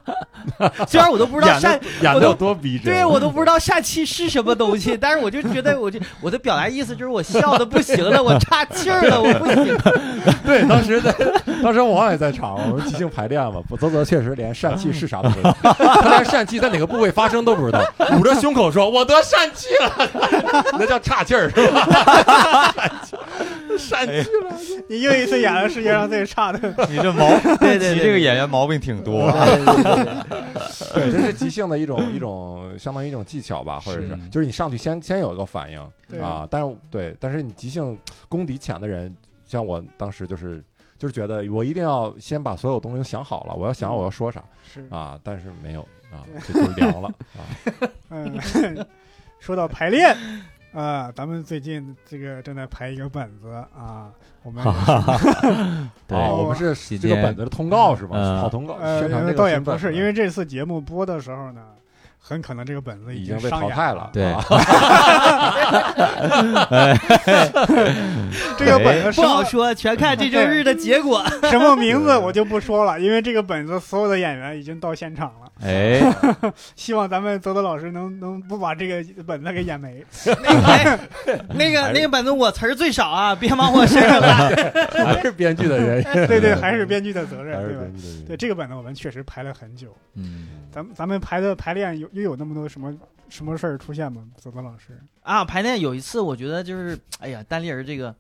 [SPEAKER 3] 虽然我都不知道
[SPEAKER 2] 演
[SPEAKER 3] 疝
[SPEAKER 2] 的，演
[SPEAKER 3] 我
[SPEAKER 2] 的
[SPEAKER 3] 都
[SPEAKER 2] 有多逼真，
[SPEAKER 3] 对我都不知道疝气是什么东西，但是我就觉得我就我的表达意思就是我笑的不行了，我岔气儿了，我不行，
[SPEAKER 2] 对，当时在， 当时王也在场，我们即兴排练嘛。不，泽泽确实连疝气是啥都不知道，他连疝气在哪个部位发生都不知道，捂着胸口说：“我得疝气了。” 那叫岔气儿是吧？ 疝气了，
[SPEAKER 1] 你又一次演了世界上最差的。
[SPEAKER 4] 你这毛，
[SPEAKER 3] 对对对
[SPEAKER 4] 你这个演员毛病挺多。
[SPEAKER 3] 对对对对
[SPEAKER 2] 对，这是即兴的一种一种，相当于一种技巧吧，或者是
[SPEAKER 4] 是
[SPEAKER 2] 就是你上去先先有一个反应
[SPEAKER 1] 对
[SPEAKER 2] 啊，但是对，但是你即兴功底浅的人，像我当时就是就是觉得我一定要先把所有东西都想好了，我要想好我要说啥
[SPEAKER 1] 是
[SPEAKER 2] 啊，但是没有啊，这就聊了啊，
[SPEAKER 1] 嗯， 说到排练，啊、咱们最近这个正在排一个本子啊，我们
[SPEAKER 4] 对，
[SPEAKER 2] 啊我们
[SPEAKER 4] 今
[SPEAKER 2] 是这个
[SPEAKER 4] 天
[SPEAKER 2] 本子的通告是吧？
[SPEAKER 4] 哦嗯
[SPEAKER 2] 跑通告宣传
[SPEAKER 1] 呃，
[SPEAKER 2] 这个
[SPEAKER 1] 倒也
[SPEAKER 2] 新
[SPEAKER 1] 不
[SPEAKER 2] 本
[SPEAKER 1] 是，
[SPEAKER 2] 子
[SPEAKER 1] 因为这次节目播的时候呢，很可能这个本子
[SPEAKER 2] 已
[SPEAKER 1] 经
[SPEAKER 2] 经被
[SPEAKER 1] 上
[SPEAKER 2] 淘
[SPEAKER 1] 演
[SPEAKER 2] 汰了，
[SPEAKER 4] 对
[SPEAKER 2] 啊
[SPEAKER 1] 这个
[SPEAKER 2] 哎
[SPEAKER 1] 本子什
[SPEAKER 3] 不好
[SPEAKER 1] 么
[SPEAKER 3] 说，全看这周日的结果。
[SPEAKER 1] 什么名字我就不说了，因为这个本子所有的演员已经到现场了。
[SPEAKER 4] 哎，
[SPEAKER 1] 希望咱们泽泽老师能能不把这个本子给演 没。
[SPEAKER 3] 那个哎那个那个本子我词儿最少啊，别往我身上拉。
[SPEAKER 2] 还是编剧的人，
[SPEAKER 1] 对对，还是编剧的责
[SPEAKER 2] 还
[SPEAKER 1] 任，
[SPEAKER 2] 是
[SPEAKER 1] 对吧
[SPEAKER 2] 编？剧的人，
[SPEAKER 1] 对这个本子，我们确实排了很久。
[SPEAKER 4] 嗯，
[SPEAKER 1] 咱们咱们排的排练有又有那么多什么什么事儿出现吗？泽泽老师，
[SPEAKER 3] 啊，排练有一次，我觉得就是，哎呀，单立人这个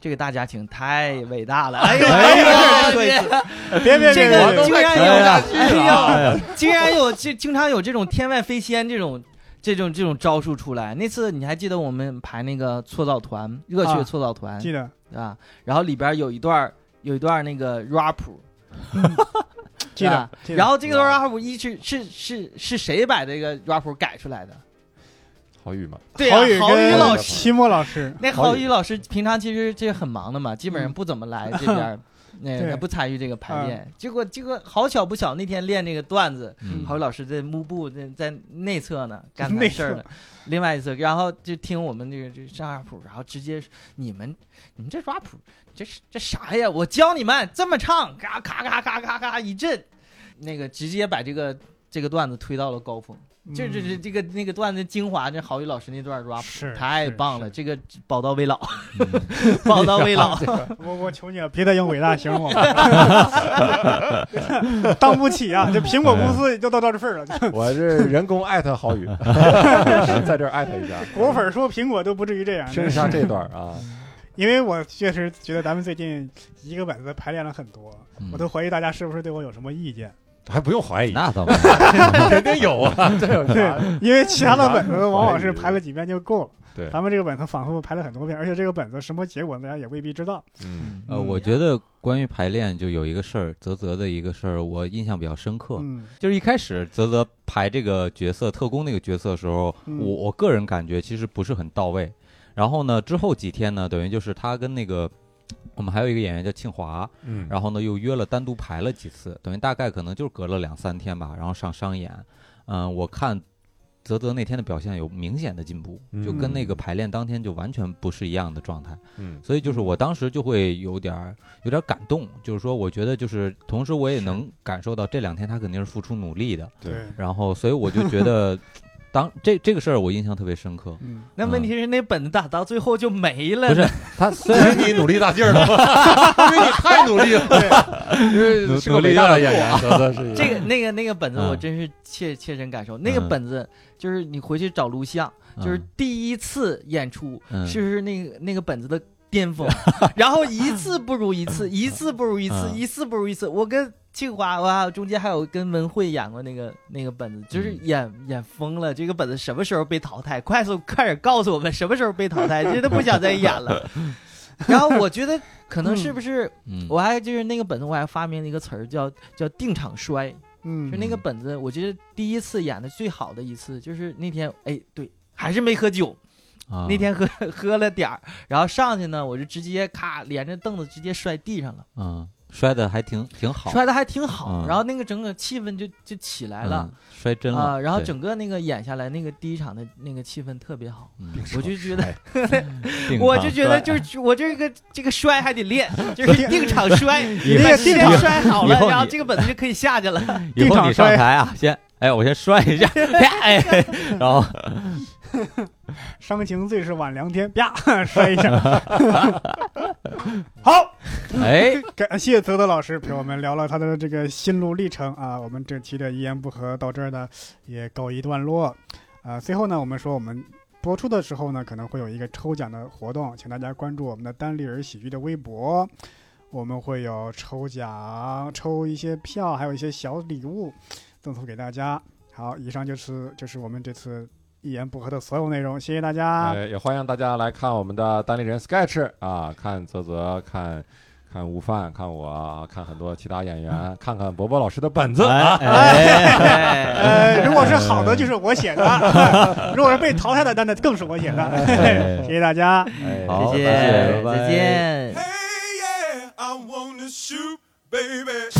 [SPEAKER 3] 这个大家庭太伟大了，哎呦，
[SPEAKER 1] 哎呀
[SPEAKER 3] 哎
[SPEAKER 1] 这
[SPEAKER 3] 呀，
[SPEAKER 1] 呃别别别
[SPEAKER 3] 这
[SPEAKER 1] 别
[SPEAKER 3] 个
[SPEAKER 1] 别，
[SPEAKER 3] 竟然
[SPEAKER 4] 哎
[SPEAKER 3] 有
[SPEAKER 4] 呀
[SPEAKER 3] 哎
[SPEAKER 4] 哎
[SPEAKER 3] 呀，
[SPEAKER 4] 呀，
[SPEAKER 3] 竟然有这经常有这种天外飞仙这种这种这种招数出来。那次你还记得我们排那个搓澡团，热血
[SPEAKER 1] 啊
[SPEAKER 3] 搓澡团，
[SPEAKER 1] 记得
[SPEAKER 3] 啊，然后里边有一段儿有一段儿那个 rap，
[SPEAKER 1] 记得
[SPEAKER 3] 啊。
[SPEAKER 1] 记得
[SPEAKER 3] 然后这个段
[SPEAKER 2] 哇
[SPEAKER 3] rap 一是是是是谁把这个 rap 改出来的？
[SPEAKER 2] 郝宇嘛，
[SPEAKER 3] 对
[SPEAKER 1] 郝
[SPEAKER 3] 啊
[SPEAKER 1] 宇，
[SPEAKER 3] 郝宇
[SPEAKER 1] 跟
[SPEAKER 3] 老师。
[SPEAKER 1] 期末老师，
[SPEAKER 3] 那
[SPEAKER 2] 郝宇
[SPEAKER 3] 郝宇老师平常其实这很忙的嘛，基本上
[SPEAKER 1] 嗯
[SPEAKER 3] 不怎么 来这边儿，那
[SPEAKER 1] 对嗯
[SPEAKER 3] 个不参与这个排练。结果结果好巧不巧，那天练这个段子，
[SPEAKER 4] 嗯
[SPEAKER 3] 郝宇老师在幕布在在内侧呢 干
[SPEAKER 1] 内
[SPEAKER 3] 那
[SPEAKER 1] 侧
[SPEAKER 3] 事儿呢，另外一侧，然后就听我们这个这上下谱，然后直接你们你们这抓谱，这是这啥呀？我教你们这么唱，嘎咔咔咔咔咔一阵，那个直接把这个这个段子推到了高峰。这这这
[SPEAKER 1] 嗯
[SPEAKER 3] 这个那个段子精华，这郝宇老师那段 rap
[SPEAKER 1] 是
[SPEAKER 3] 太
[SPEAKER 1] 是
[SPEAKER 3] 棒了，
[SPEAKER 1] 是
[SPEAKER 3] 这个宝刀未老，
[SPEAKER 4] 嗯
[SPEAKER 3] 宝刀未 老，
[SPEAKER 1] 我我求你了，别再用伟大形容我了， 当不起啊！ 这苹果公司就到这份儿了。
[SPEAKER 2] 我是人工艾特郝宇，在这儿艾特一下，
[SPEAKER 1] 果粉儿说苹果都不至于这样，
[SPEAKER 2] 听一下这段啊，
[SPEAKER 1] 因为我确实觉得咱们最近一个本子排练了很多，
[SPEAKER 4] 嗯
[SPEAKER 1] 我都怀疑大家是不是对我有什么意见，
[SPEAKER 2] 还不用怀疑，
[SPEAKER 4] 那倒没有，
[SPEAKER 2] 肯定有啊， 这有啥？
[SPEAKER 1] 因为其他的本子往往是排了几遍就够了，
[SPEAKER 2] 对
[SPEAKER 1] 咱们这个本子仿佛排了很多遍，而且这个本子什么结果大家也未必知道。
[SPEAKER 2] 嗯，
[SPEAKER 4] 呃，我觉得关于排练就有一个事儿，泽泽的一个事儿，我印象比较深刻，
[SPEAKER 1] 嗯
[SPEAKER 4] 就是一开始泽泽排这个角色特工那个角色的时候，
[SPEAKER 1] 嗯
[SPEAKER 4] 我我个人感觉其实不是很到位。然后呢，之后几天呢，等于就是他跟那个我们还有一个演员叫庆华，
[SPEAKER 2] 嗯，
[SPEAKER 4] 然后呢又约了单独排了几次，等于大概可能就是隔了两三天吧，然后上商演。嗯，我看泽泽那天的表现有明显的进步，
[SPEAKER 3] 嗯
[SPEAKER 4] 就跟那个排练当天就完全不是一样的状态。
[SPEAKER 2] 嗯
[SPEAKER 4] 所以就是我当时就会有点儿有点儿感动，就是说我觉得就是同时我也能感受到这两天他肯定是付出努力的，
[SPEAKER 2] 对
[SPEAKER 1] 对，
[SPEAKER 4] 然后所以我就觉 得当这这个事儿我印象特别深刻。
[SPEAKER 1] 嗯，
[SPEAKER 3] 那问题是那本子打到最后就没了，
[SPEAKER 4] 不是他虽然
[SPEAKER 2] 因为你努力大劲儿了，因为你太努力了，因为是个伟大的演员，真的是
[SPEAKER 3] 这个那个那个本子，
[SPEAKER 4] 嗯
[SPEAKER 3] 我真是切切身感受。那个
[SPEAKER 4] 嗯
[SPEAKER 3] 本子就是你回去找录像，就是第一次演出
[SPEAKER 4] 嗯
[SPEAKER 3] 是那个那个本子的巅 峰，然后一次不如一次，一次不如一次，
[SPEAKER 4] 嗯
[SPEAKER 3] 一次不如一次。我跟庆华，哇，中间还有跟文慧演过那个那个本子，就是
[SPEAKER 4] 嗯
[SPEAKER 3] 演演疯了。这个本子什么时候被淘汰？快速快点告诉我们什么时候被淘汰，真的不想再演 了。然后我觉得可能是不是
[SPEAKER 4] 嗯
[SPEAKER 3] 我还就是那个本子，我还发明了一个词儿叫叫定场衰。
[SPEAKER 1] 嗯
[SPEAKER 3] 就那个本子，我觉得第一次演的最好的一次，就是那天，哎，对，还是没喝酒，
[SPEAKER 4] 啊
[SPEAKER 3] 那天喝 喝了点儿，然后上去呢，我就直接咔连着凳子直接摔地上了，
[SPEAKER 4] 嗯摔的还挺挺好，
[SPEAKER 3] 摔的还挺好，
[SPEAKER 4] 嗯
[SPEAKER 3] 然后那个整个气氛就就起来了
[SPEAKER 4] 嗯摔真了
[SPEAKER 3] 啊、然后
[SPEAKER 4] 对
[SPEAKER 3] 整个那个演下来，那个第一场的那个气氛特别好，
[SPEAKER 4] 嗯
[SPEAKER 3] 我就觉得，
[SPEAKER 4] 定啊
[SPEAKER 3] 我
[SPEAKER 4] 场
[SPEAKER 3] 就觉得
[SPEAKER 4] 摔
[SPEAKER 3] 就是 我这个这个摔还得练，就是定场 摔，
[SPEAKER 4] 以后
[SPEAKER 3] 那个先
[SPEAKER 4] 以后
[SPEAKER 3] 摔好
[SPEAKER 4] 以
[SPEAKER 3] 了
[SPEAKER 4] 后，你
[SPEAKER 3] 然后这个本子就可以下去了。
[SPEAKER 4] 以
[SPEAKER 1] 定
[SPEAKER 4] 后
[SPEAKER 1] 场
[SPEAKER 4] 你上
[SPEAKER 1] 摔
[SPEAKER 4] 台啊，先哎我先摔一下， 啪哎，然后
[SPEAKER 1] 伤情最是晚凉天，啪 摔一下。好，
[SPEAKER 4] 哎
[SPEAKER 1] 感谢泽泽老师陪我们聊了他的这个心路历程啊。我们这期的一言不合到这儿呢也告一段落。啊，最后呢，我们说我们播出的时候呢，可能会有一个抽奖的活动，请大家关注我们的单立人喜剧的微博，我们会有抽奖，抽一些票，还有一些小礼物赠送给大家。好，以上就是就是我们这次一言不合的所有内容，谢谢大家。
[SPEAKER 2] 哎呃，也欢迎大家来看我们的单立人 Sketch 啊啊，看泽泽，看看悟饭，看我，看很多其他演员，看看博博老师的本子
[SPEAKER 4] 哎
[SPEAKER 2] 啊。
[SPEAKER 4] 哎，
[SPEAKER 3] 哎，
[SPEAKER 1] 呃，如果是好的，就是我写的； 如果是被淘汰的，那那更是我写的。
[SPEAKER 4] 哎
[SPEAKER 1] 谢谢大家。
[SPEAKER 2] 哎
[SPEAKER 4] 好
[SPEAKER 3] 谢
[SPEAKER 4] 谢拜
[SPEAKER 3] 谢，
[SPEAKER 4] 拜
[SPEAKER 3] 再
[SPEAKER 5] Hey,
[SPEAKER 3] 见。
[SPEAKER 5] yeah, I wanna shoot, baby.